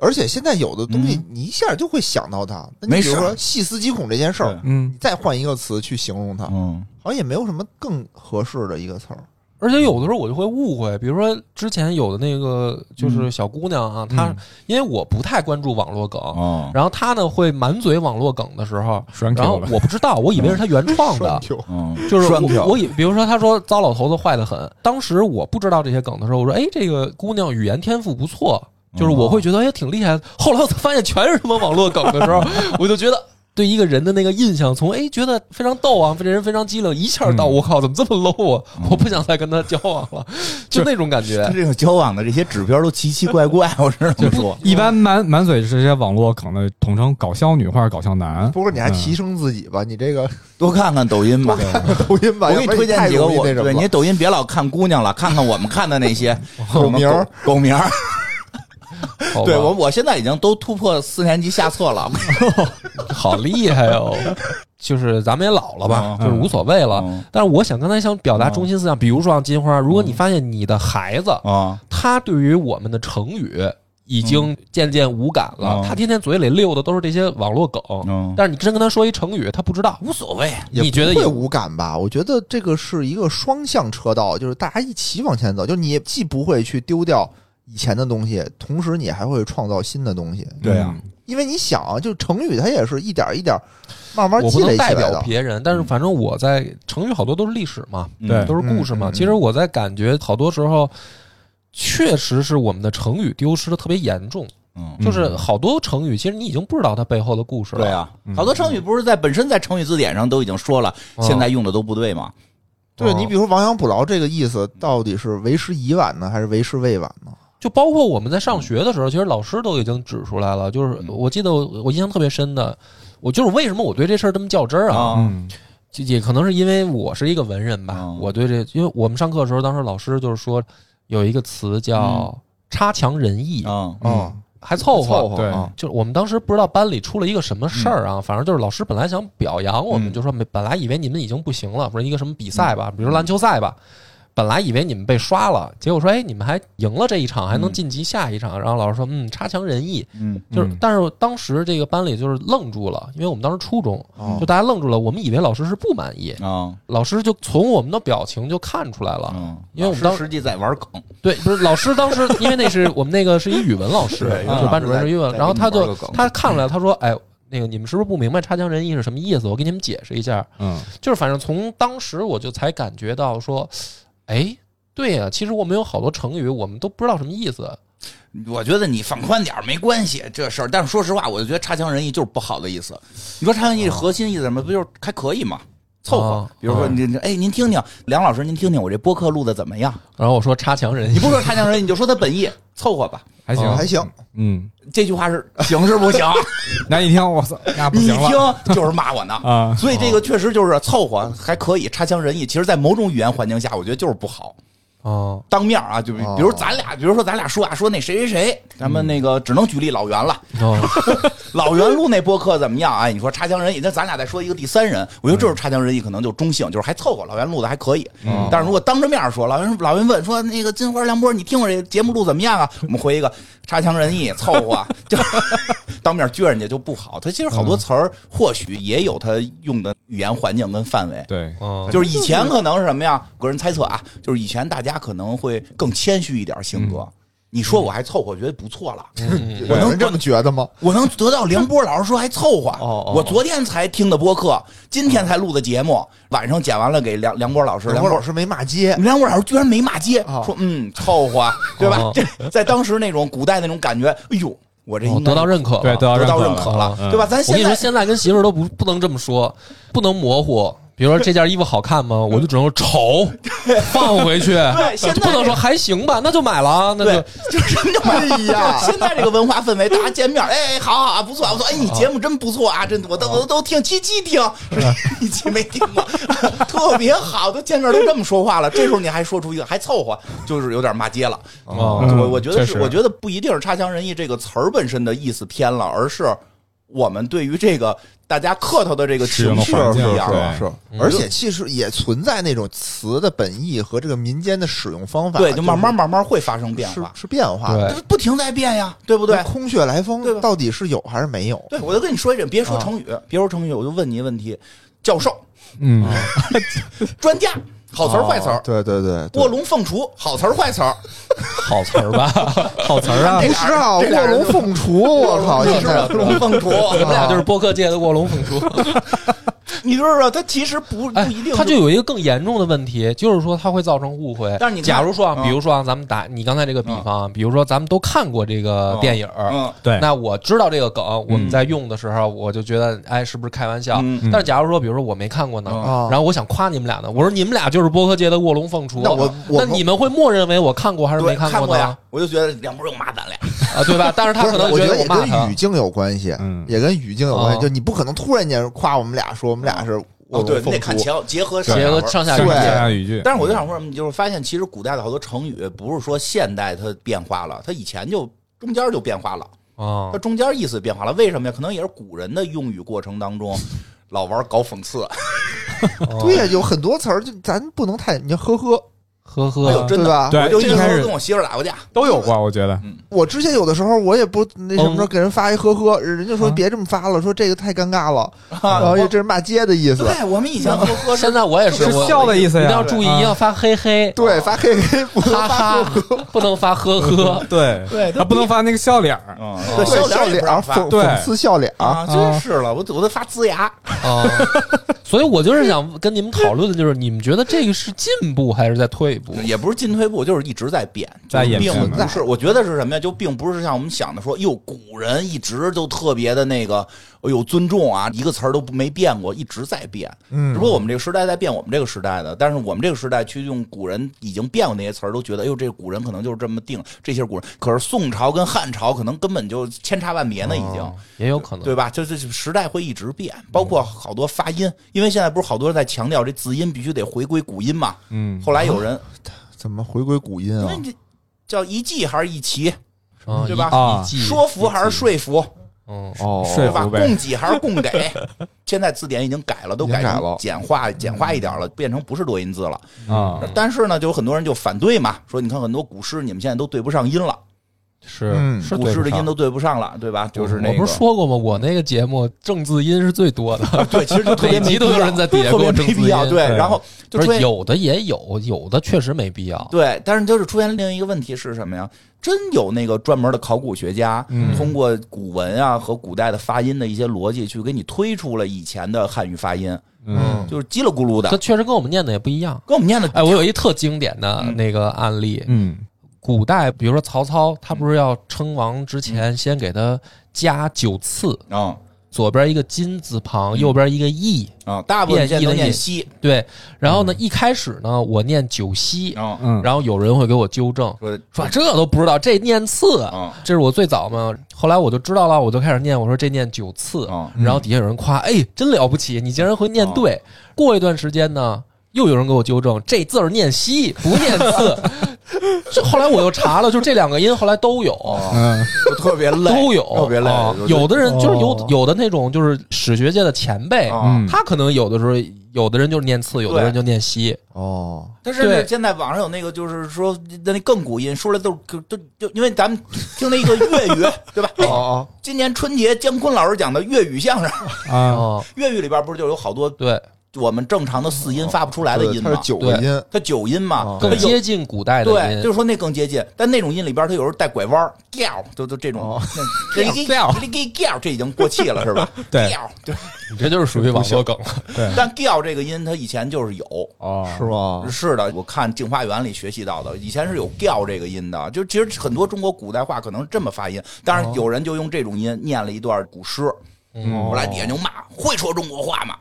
Speaker 4: 而且现在有的东西
Speaker 3: 嗯，
Speaker 4: 你一下就会想到它。那你
Speaker 3: 没
Speaker 4: 比如
Speaker 3: 事儿
Speaker 4: 说细思极恐这件事儿
Speaker 3: 对，
Speaker 1: 嗯
Speaker 4: 你再换一个词去形容它，
Speaker 3: 嗯
Speaker 4: 好像也没有什么更合适的一个词儿。
Speaker 2: 而且有的时候我就会误会，比如说之前有的那个就是小姑娘啊，她
Speaker 1: 嗯
Speaker 2: 因为我不太关注网络梗，
Speaker 3: 哦
Speaker 2: 然后她呢会满嘴网络梗的时候，
Speaker 1: 栓 Q
Speaker 2: 然后
Speaker 1: 了
Speaker 2: 我不知道，我以为是她原创 的，
Speaker 4: Q
Speaker 3: 嗯
Speaker 2: 就是
Speaker 3: 栓
Speaker 2: 我
Speaker 3: 票
Speaker 2: 我以比如说他说糟老头子坏得很，当时我不知道这些梗的时候，我说哎这个姑娘语言天赋不错，就是我会觉得哎挺厉害的。后来我才发现全是什么网络梗的时候， 我就觉得。对一个人的那个印象从，哎觉得非常逗啊，这人非常机灵，一下到
Speaker 1: 嗯
Speaker 2: 我靠，怎么这么 low 啊？
Speaker 3: 嗯
Speaker 2: 我不想再跟他交往了，就那种感觉
Speaker 3: 他。 这个交往的这些指标都奇奇怪怪，我只能说，
Speaker 1: 一般满满嘴是这些网络梗的，统称搞笑女或者搞笑男。
Speaker 4: 不过你还
Speaker 2: 嗯
Speaker 4: 提升自己吧，你这个
Speaker 3: 多看看抖音吧。
Speaker 4: 抖音吧，
Speaker 3: 我给你
Speaker 4: 要不然
Speaker 3: 推荐
Speaker 4: 太
Speaker 3: 几个
Speaker 4: 容易
Speaker 3: 我，
Speaker 4: 那什么
Speaker 3: 对
Speaker 4: 了
Speaker 3: 你抖音别老看姑娘了，看看我们看的那些
Speaker 4: 狗名儿
Speaker 3: 什么狗狗名儿。
Speaker 2: 好吧
Speaker 3: 对我，我现在已经都突破四年级下册了。
Speaker 2: 好厉害哦！就是咱们也老了吧，
Speaker 3: 嗯
Speaker 2: 就是无所谓了。
Speaker 3: 嗯
Speaker 2: 但是我想刚才想表达中心思想，比如说像金花，如果你发现你的孩子，
Speaker 3: 啊，
Speaker 2: 他对于我们的成语已
Speaker 4: 嗯
Speaker 2: 经渐渐无感了，
Speaker 3: 嗯
Speaker 2: 他天天嘴里溜的都是这些网络梗，
Speaker 3: 嗯
Speaker 2: 但是你真跟他说一成语，他不知道。
Speaker 3: 无所谓。
Speaker 4: 也
Speaker 2: 你觉得
Speaker 4: 不会
Speaker 2: 有
Speaker 4: 无感吧？我觉得这个是一个双向车道，就是大家一起往前走，就是你既不会去丢掉以前的东西，同时你还会创造新的东西。
Speaker 1: 嗯
Speaker 3: 对啊
Speaker 4: 因为你想啊，就成语它也是一点儿一点儿慢慢
Speaker 2: 我
Speaker 4: 积
Speaker 2: 不能
Speaker 4: 累起
Speaker 2: 代
Speaker 4: 来
Speaker 2: 表
Speaker 4: 的。嗯
Speaker 2: 别人，但是反正我在成语好多都是历史嘛，
Speaker 1: 对
Speaker 2: 都是故事嘛。
Speaker 4: 嗯嗯
Speaker 2: 其实我在感觉好多时候，确实是我们的成语丢失的特别严重，
Speaker 3: 嗯，
Speaker 2: 就是好多成语其实你已经不知道它背后的故事了。
Speaker 3: 对啊，好多成语不是在本身在成语字典上都已经说了，
Speaker 2: 嗯
Speaker 3: 现在用的都不对吗？
Speaker 4: 对
Speaker 2: 哦
Speaker 4: 你，比如说“亡羊补牢”这个意思，到底是为时已晚呢，还是为时未晚呢？
Speaker 2: 就包括我们在上学的时候，其实老师都已经指出来了。就是
Speaker 3: 嗯
Speaker 2: 我记得我我印象特别深的，我就是为什么我对这事儿这么较真儿啊？
Speaker 3: 啊
Speaker 1: 嗯
Speaker 2: 就也可能是因为我是一个文人吧，
Speaker 3: 嗯
Speaker 2: 我对这，因为我们上课的时候，当时老师就是说有一个词叫“差强人意”，
Speaker 3: 嗯
Speaker 4: 哦，
Speaker 2: 还凑合。
Speaker 4: 凑合
Speaker 1: 对
Speaker 4: 啊！
Speaker 2: 就是我们当时不知道班里出了一个什么事儿啊，反正就是老师本来想表扬我们，
Speaker 3: 嗯嗯
Speaker 2: 就说没本来以为你们已经不行了，不是一个什么比赛吧，比如篮球赛吧，本来以为你们被刷了，结果说哎，你们还赢了这一场，还能晋级下一场。然后老师说嗯，差强人意。
Speaker 3: 嗯，
Speaker 2: 就是
Speaker 1: 嗯，
Speaker 2: 但是当时这个班里就是愣住了，因为我们当时初中，
Speaker 4: 哦
Speaker 2: 就大家愣住了。我们以为老师是不满意，
Speaker 3: 啊，
Speaker 2: 老师就从我们的表情就看出来了，
Speaker 3: 嗯，
Speaker 2: 啊因为我们当
Speaker 3: 实际在玩梗，
Speaker 2: 对，不是老师当时，因为那是我们那个是一语文老师，
Speaker 4: 对
Speaker 2: 就班主任是语文，
Speaker 3: 在
Speaker 2: 然后他
Speaker 3: 在给你
Speaker 2: 就
Speaker 3: 玩个梗
Speaker 2: 他看出来，他说：“哎，那个你们是不是不明白差强人意是什么意思？我给你们解释一下。
Speaker 1: 嗯，
Speaker 2: 就是反正从当时我就才感觉到说，哎，对呀、其实我们有好多成语，我们都不知道什么意思。
Speaker 3: 我觉得你放宽点儿没关系这事儿，但是说实话，我就觉得差强人意就是不好的意思。你说差强人意核心意思是什么？不就是还可以嘛，凑合
Speaker 2: 啊。
Speaker 3: 比如说
Speaker 2: 嗯
Speaker 3: 你，你哎，您听听梁老师，您听听我这播客录的怎么样？
Speaker 2: 然后我说差强人
Speaker 3: 你
Speaker 2: 意，
Speaker 3: 不说差强人意，你就说他本意，凑合吧。
Speaker 1: 还行，
Speaker 2: 哦
Speaker 4: 还行，
Speaker 1: 嗯，
Speaker 3: 这句话是行是不 行？
Speaker 1: 那一听，我操，那不
Speaker 3: 你一
Speaker 1: 行了
Speaker 3: 听就是骂我呢。
Speaker 1: 啊！
Speaker 3: 所以这个确实就是凑合，还可以，差强人意。其实，在某种语言环境下，我觉得就是不好。
Speaker 2: 哦，
Speaker 3: 当面啊，就比
Speaker 4: 哦
Speaker 3: 比如咱俩，比如说咱俩说啊，说那谁谁谁，咱们那个只能举例老袁了。
Speaker 2: 哦，
Speaker 3: 老袁录那播客怎么样？哎，你说差强人意，那咱俩再说一个第三人，我觉得这是差强人意，可能就中性，就是还凑合。老袁录的还可以，
Speaker 1: 嗯
Speaker 3: 但是如果当着面说，老袁老袁问说那个金花梁波，你听我这节目录怎么样啊？ 我们回一个差强人意，凑合，就 当面撅人家就不好。他其实好多词儿或许也有他用的语言环境跟范围。
Speaker 1: 对，
Speaker 2: 哦
Speaker 3: 就是以前可能是什么呀？个人猜测啊，就是以前大家可能会更谦虚一点性格。你说我还凑合，我觉得不错了。
Speaker 2: 嗯
Speaker 3: 我
Speaker 4: 有
Speaker 3: 能
Speaker 4: 人这么觉得吗？
Speaker 3: 我能得到梁波老师说还凑合。
Speaker 2: 哦哦哦
Speaker 3: 我昨天才听的播客，今天才录的节目，晚上剪完了给梁梁波老师，
Speaker 4: 梁
Speaker 3: 梁
Speaker 4: 波
Speaker 3: 波
Speaker 4: 老师没骂街，
Speaker 3: 梁波老师居然没骂街，
Speaker 4: 哦
Speaker 3: 说嗯凑 合，对吧
Speaker 2: 哦？
Speaker 3: 这 在当时那种古代那种感觉，哎呦，我这
Speaker 2: 哦
Speaker 3: 应该
Speaker 2: 得到认可了。
Speaker 1: 对，得到
Speaker 3: 得到
Speaker 1: 认
Speaker 3: 认
Speaker 1: 可
Speaker 3: 可
Speaker 1: 了
Speaker 3: 了，
Speaker 1: 嗯
Speaker 3: 对吧？咱
Speaker 2: 我跟
Speaker 3: 现
Speaker 2: 你说，
Speaker 3: 在
Speaker 2: 现在跟媳妇儿都不不能这么说，不能模糊。比如说这件衣服好看吗？我就只能说丑，放回去。
Speaker 3: 对现在
Speaker 2: 不能说还行吧，那就买了啊，那
Speaker 3: 对 就
Speaker 2: 就，
Speaker 3: 是什么叫
Speaker 4: 哎呀
Speaker 3: 啊现在这个文化氛围，大家见面，哎，好好，啊，不错不
Speaker 1: 哦
Speaker 3: 错，哎，你节目真不错啊，真我都我都都听，七 七听，一期没听过， 特别好，都见面都这么说话了，这时候你还说出一个还凑合，就是有点骂街了。
Speaker 2: 哦
Speaker 3: 我我觉
Speaker 1: 嗯
Speaker 3: 得
Speaker 1: 确
Speaker 3: 是，
Speaker 1: 实
Speaker 3: 我觉得不一定是“差强人意”这个词儿本身的意思偏了，而是我们对于这个大家客套的这个
Speaker 1: 使用
Speaker 3: 情
Speaker 1: 的
Speaker 3: 绪
Speaker 1: 环
Speaker 3: 不
Speaker 1: 境
Speaker 3: 一样
Speaker 1: 对
Speaker 3: 了。
Speaker 4: 是，而且其实也存在那种词的本意和这个民间的使用方法，
Speaker 3: 对，
Speaker 4: 就
Speaker 3: 就慢慢
Speaker 4: 是
Speaker 3: 慢慢会发生变化
Speaker 4: 是，是变化的，
Speaker 2: 对
Speaker 3: 但是不停在变呀，对不对
Speaker 4: 那？空穴来风
Speaker 3: 对吧
Speaker 4: 到底是有还是没有？
Speaker 3: 对，我就跟你说一句，别
Speaker 2: 啊
Speaker 3: 说成语，别说成语，我就问你一问题：教授、
Speaker 1: 嗯，
Speaker 3: 专家，好
Speaker 2: 哦
Speaker 3: 词儿坏词儿，
Speaker 4: 对对对，对
Speaker 3: 卧龙凤雏，好词儿坏词儿，
Speaker 2: 好词儿吧，好词 儿啊
Speaker 3: 这
Speaker 4: 不
Speaker 3: 俩
Speaker 4: 是啊，
Speaker 3: 这俩
Speaker 4: 卧
Speaker 3: 人
Speaker 4: 龙
Speaker 3: 就啊
Speaker 4: 凤雏，我靠，现在
Speaker 3: 卧龙凤雏，
Speaker 2: 我们俩就是播客界的卧龙凤雏。
Speaker 3: 你知不知道？他其实不不
Speaker 2: 哎
Speaker 3: 一定，是，
Speaker 2: 它就有一个更严重的问题，就是说它会造成误会。
Speaker 3: 但是你看
Speaker 2: 假如说啊，
Speaker 3: 嗯
Speaker 2: 比如说啊，咱们打你刚才这个比方啊，比如说咱们都看过这个电影儿，
Speaker 3: 嗯
Speaker 1: 对，
Speaker 2: 那我知道这个梗，我们在用的时候，我就觉得，哎，是不是开玩笑？
Speaker 3: 嗯
Speaker 1: 嗯
Speaker 2: 但是假如说，比如说我没看过呢，
Speaker 4: 啊
Speaker 2: 然后我想夸你们俩呢，我说你们俩就是播客界的卧龙凤雏，啊
Speaker 4: 那我我
Speaker 2: 那你们会默认为我看过还是没
Speaker 3: 对，
Speaker 2: 看
Speaker 3: 看
Speaker 2: 过呢？
Speaker 3: 呀，我就觉得梁波又骂咱俩，
Speaker 2: 啊，对吧？但是他
Speaker 4: 不
Speaker 2: 可
Speaker 4: 是，
Speaker 2: 能
Speaker 4: 我
Speaker 2: 得
Speaker 4: 得
Speaker 2: 我
Speaker 4: 也
Speaker 2: 骂他
Speaker 4: 跟语，境有关系
Speaker 1: 嗯，
Speaker 4: 也跟语境有关系。
Speaker 2: 哦
Speaker 4: 就你不可能突然间夸我们俩说我们俩是卧
Speaker 3: 哦，对，
Speaker 4: 龙
Speaker 3: 你得
Speaker 4: 凤
Speaker 3: 看
Speaker 4: 雏，
Speaker 3: 结结合上
Speaker 2: 结
Speaker 3: 下文
Speaker 2: 合上下
Speaker 4: 对
Speaker 2: 语境
Speaker 1: 上下语句，
Speaker 3: 但是我就想说什么，你就是发现其实古代的好多成语不是说现代它变化了，它以前就中间就变化了，
Speaker 2: 啊
Speaker 3: 它，中间意思变化了，为什么呀？可能也是古人的用语过程当中老玩搞讽刺，
Speaker 2: 哦
Speaker 4: 对，呀，有很多词儿就咱不能太，你就呵呵，
Speaker 2: 呵呵，
Speaker 3: 哎呦，真
Speaker 4: 对
Speaker 3: 的，
Speaker 4: 吧？
Speaker 1: 啊对
Speaker 3: 我就那
Speaker 1: 一开
Speaker 3: 时
Speaker 1: 始
Speaker 3: 候跟我媳妇儿打过架，
Speaker 1: 都有过，我觉得，
Speaker 4: 我之前有的时候我也不那什么时候
Speaker 2: 嗯
Speaker 4: 给人发一呵呵，人家说
Speaker 2: 啊
Speaker 4: 别这么发了，说这个太尴尬了，
Speaker 3: 啊
Speaker 4: 然后
Speaker 3: 我
Speaker 4: 这是骂街的意思。
Speaker 3: 对我们以前喝喝
Speaker 2: 现在我也 是，
Speaker 1: 是
Speaker 2: 我
Speaker 1: 笑的意思
Speaker 2: 一定要
Speaker 1: 呀，，
Speaker 2: 注意，一定要发嘿嘿，
Speaker 4: 对，发嘿嘿不能
Speaker 2: 哈
Speaker 4: 发呵
Speaker 2: 哈
Speaker 4: 呵，，
Speaker 2: 不能发呵呵
Speaker 1: 对
Speaker 3: 对
Speaker 1: 他啊不能发那个笑脸儿，
Speaker 3: 嗯，对
Speaker 2: 对
Speaker 4: 对
Speaker 3: 笑
Speaker 4: 笑
Speaker 3: 脸也
Speaker 4: 脸
Speaker 3: 不
Speaker 4: 儿
Speaker 3: 让发
Speaker 4: 讽
Speaker 1: 对
Speaker 4: 讽刺笑脸儿，
Speaker 3: 啊，真是了，我我都发呲牙，
Speaker 2: 啊。所以我就是想跟你们讨论的，就是你们觉得这个是进步还是在退步？
Speaker 3: 也不是进退步，就是一直在变，
Speaker 1: 在
Speaker 3: 就是
Speaker 1: 演变
Speaker 3: 并
Speaker 4: 嘛
Speaker 3: 不是，我觉得是什么呀？就并不是像我们想的说，哟，古人一直都特别的那个，哎呦，尊重啊，一个词儿都不没变过，一直在变。
Speaker 4: 嗯
Speaker 3: 只不过我们这个时代在变，我们这个时代的，但是我们这个时代去用古人已经变过那些词儿，都觉得，哎呦，这古人可能就是这么定，这些古人。可是宋朝跟汉朝可能根本就千差万别呢，已经。
Speaker 2: 哦也有可能，
Speaker 3: 对吧？就是时代会一直变，包括好多发音，因为现在不是好多人在强调这字音必须得回归古音嘛。
Speaker 1: 嗯，
Speaker 3: 后来有人
Speaker 4: 怎么回归古音
Speaker 3: 因
Speaker 4: 啊
Speaker 3: 为？这叫一骑还是一骑，
Speaker 2: 啊
Speaker 3: 对吧
Speaker 2: 一一季
Speaker 3: 说服还是说服，
Speaker 2: 嗯，
Speaker 4: 哦
Speaker 1: 说
Speaker 3: 对吧？
Speaker 1: 服呗
Speaker 3: 供给还是供 给？现在字典已经改了，都改
Speaker 4: 已经改
Speaker 3: 成
Speaker 4: 了
Speaker 3: 简化
Speaker 2: 嗯
Speaker 3: 简化一点了，变成不是多音字了。
Speaker 1: 啊，
Speaker 3: 但是呢，就有很多人就反对嘛，说你看很多古诗，你们现在都对不上音了，
Speaker 2: 是
Speaker 4: 嗯
Speaker 2: 是
Speaker 3: 古
Speaker 2: 对
Speaker 3: 诗
Speaker 2: 不
Speaker 3: 的音
Speaker 2: 上
Speaker 3: 都对不上了，对吧？就是那
Speaker 2: 我
Speaker 3: 个，
Speaker 2: 不是说过吗？我那个节目正字音是最多的，
Speaker 3: 对，其实就特别
Speaker 2: 每
Speaker 3: 没
Speaker 2: 集都有
Speaker 3: 必要
Speaker 2: 人在底下
Speaker 3: 特
Speaker 2: 给我
Speaker 3: 别
Speaker 2: 正
Speaker 3: 没
Speaker 2: 字
Speaker 3: 必要。
Speaker 2: 音
Speaker 3: 对，
Speaker 1: 对
Speaker 3: 然后就
Speaker 2: 不
Speaker 3: 出
Speaker 2: 是
Speaker 3: 现
Speaker 2: 有的也有，有的确实没必要。
Speaker 3: 对，但是就是出现另一个问题是什么呀？真有那个专门的考古学家，
Speaker 1: 嗯
Speaker 3: 通过古文啊和古代的发音的一些逻辑，去给你推出了以前的汉语发音，
Speaker 1: 嗯
Speaker 3: 就是叽里咕噜的
Speaker 2: 这，确实跟我们念的也不一样。
Speaker 3: 跟我们念的
Speaker 2: 哎，我有一特经典的
Speaker 3: 嗯
Speaker 2: 那个案例，
Speaker 1: 嗯
Speaker 2: 古代比如说曹操，他不是要称王之
Speaker 1: 嗯
Speaker 2: 前先给他加九次，
Speaker 3: 啊
Speaker 2: 左边一个金字旁，
Speaker 3: 嗯
Speaker 2: 右边一个义，
Speaker 3: 啊，大部分现在都
Speaker 2: 变
Speaker 3: 念
Speaker 2: 音
Speaker 3: 西
Speaker 2: 对。然后呢，一开始呢，我念九溪，
Speaker 3: 啊，
Speaker 1: 嗯，
Speaker 2: 然后有人会给我纠正，
Speaker 3: 说
Speaker 2: 说这都不知道，这念次，
Speaker 1: 嗯
Speaker 3: 啊
Speaker 2: 这是我最早嘛。后来我就知道了，我就开始念，我说这念九次，
Speaker 3: 啊
Speaker 1: 嗯
Speaker 2: 然后底下有人夸，哎，真了不起，你竟然会念对。
Speaker 1: 嗯
Speaker 2: 过一段时间呢，又有人给我纠正，这字儿念西，不念次。 这后来我又查了，就这两个音后来都有。
Speaker 3: 啊，
Speaker 1: 嗯
Speaker 3: 就特别累，
Speaker 2: 都有，
Speaker 3: 特别累
Speaker 2: 啊，
Speaker 3: 就
Speaker 2: 有的人就是
Speaker 1: 哦
Speaker 2: 有有的那种就是史学界的前辈，
Speaker 3: 啊。
Speaker 1: 嗯
Speaker 2: 他可能有的时候有的人就念次，有的人就念西。
Speaker 4: 哦，
Speaker 3: 但是呢
Speaker 2: 对
Speaker 3: 现在网上有那个，就是说那那更古音，说来都都都就因为咱们听了一个粤语， 对吧？
Speaker 4: 哦哦，
Speaker 3: 今年春节姜昆老师讲的粤语相声，嗯
Speaker 1: 啊，
Speaker 2: 哦，
Speaker 3: 粤语里边不是就有好多
Speaker 2: 对，
Speaker 3: 我们正常的四音发不出来的
Speaker 4: 哦对
Speaker 3: 音
Speaker 4: 它是
Speaker 3: 吗？
Speaker 4: 九个
Speaker 2: 对
Speaker 4: 音，
Speaker 3: 它九音嘛
Speaker 4: 哦，
Speaker 3: 它
Speaker 2: 更
Speaker 3: 有
Speaker 2: 接近古代的
Speaker 3: 对，就
Speaker 2: 音。
Speaker 3: 是说那更接近。但那种音里边，它有时候带拐弯儿，掉，就就这种
Speaker 4: 哦，
Speaker 3: 这给
Speaker 1: 掉
Speaker 3: 这给掉，这已经过气了，是 吧？
Speaker 4: 哎
Speaker 1: 对
Speaker 3: 掉，对。
Speaker 2: 你这就是属于网 络梗了。
Speaker 3: 但掉这个音，它以前就是有，
Speaker 1: 哦，
Speaker 4: 是吗？
Speaker 3: 是的，我看《镜花缘》里学习到的，以前是有“吊”这个音的，就其实很多中国古代话可能这么发音，当
Speaker 4: 哦
Speaker 3: 然有人就用这种音念了一段古诗，
Speaker 1: 嗯
Speaker 3: 后来底下就骂：“会说中国话吗？”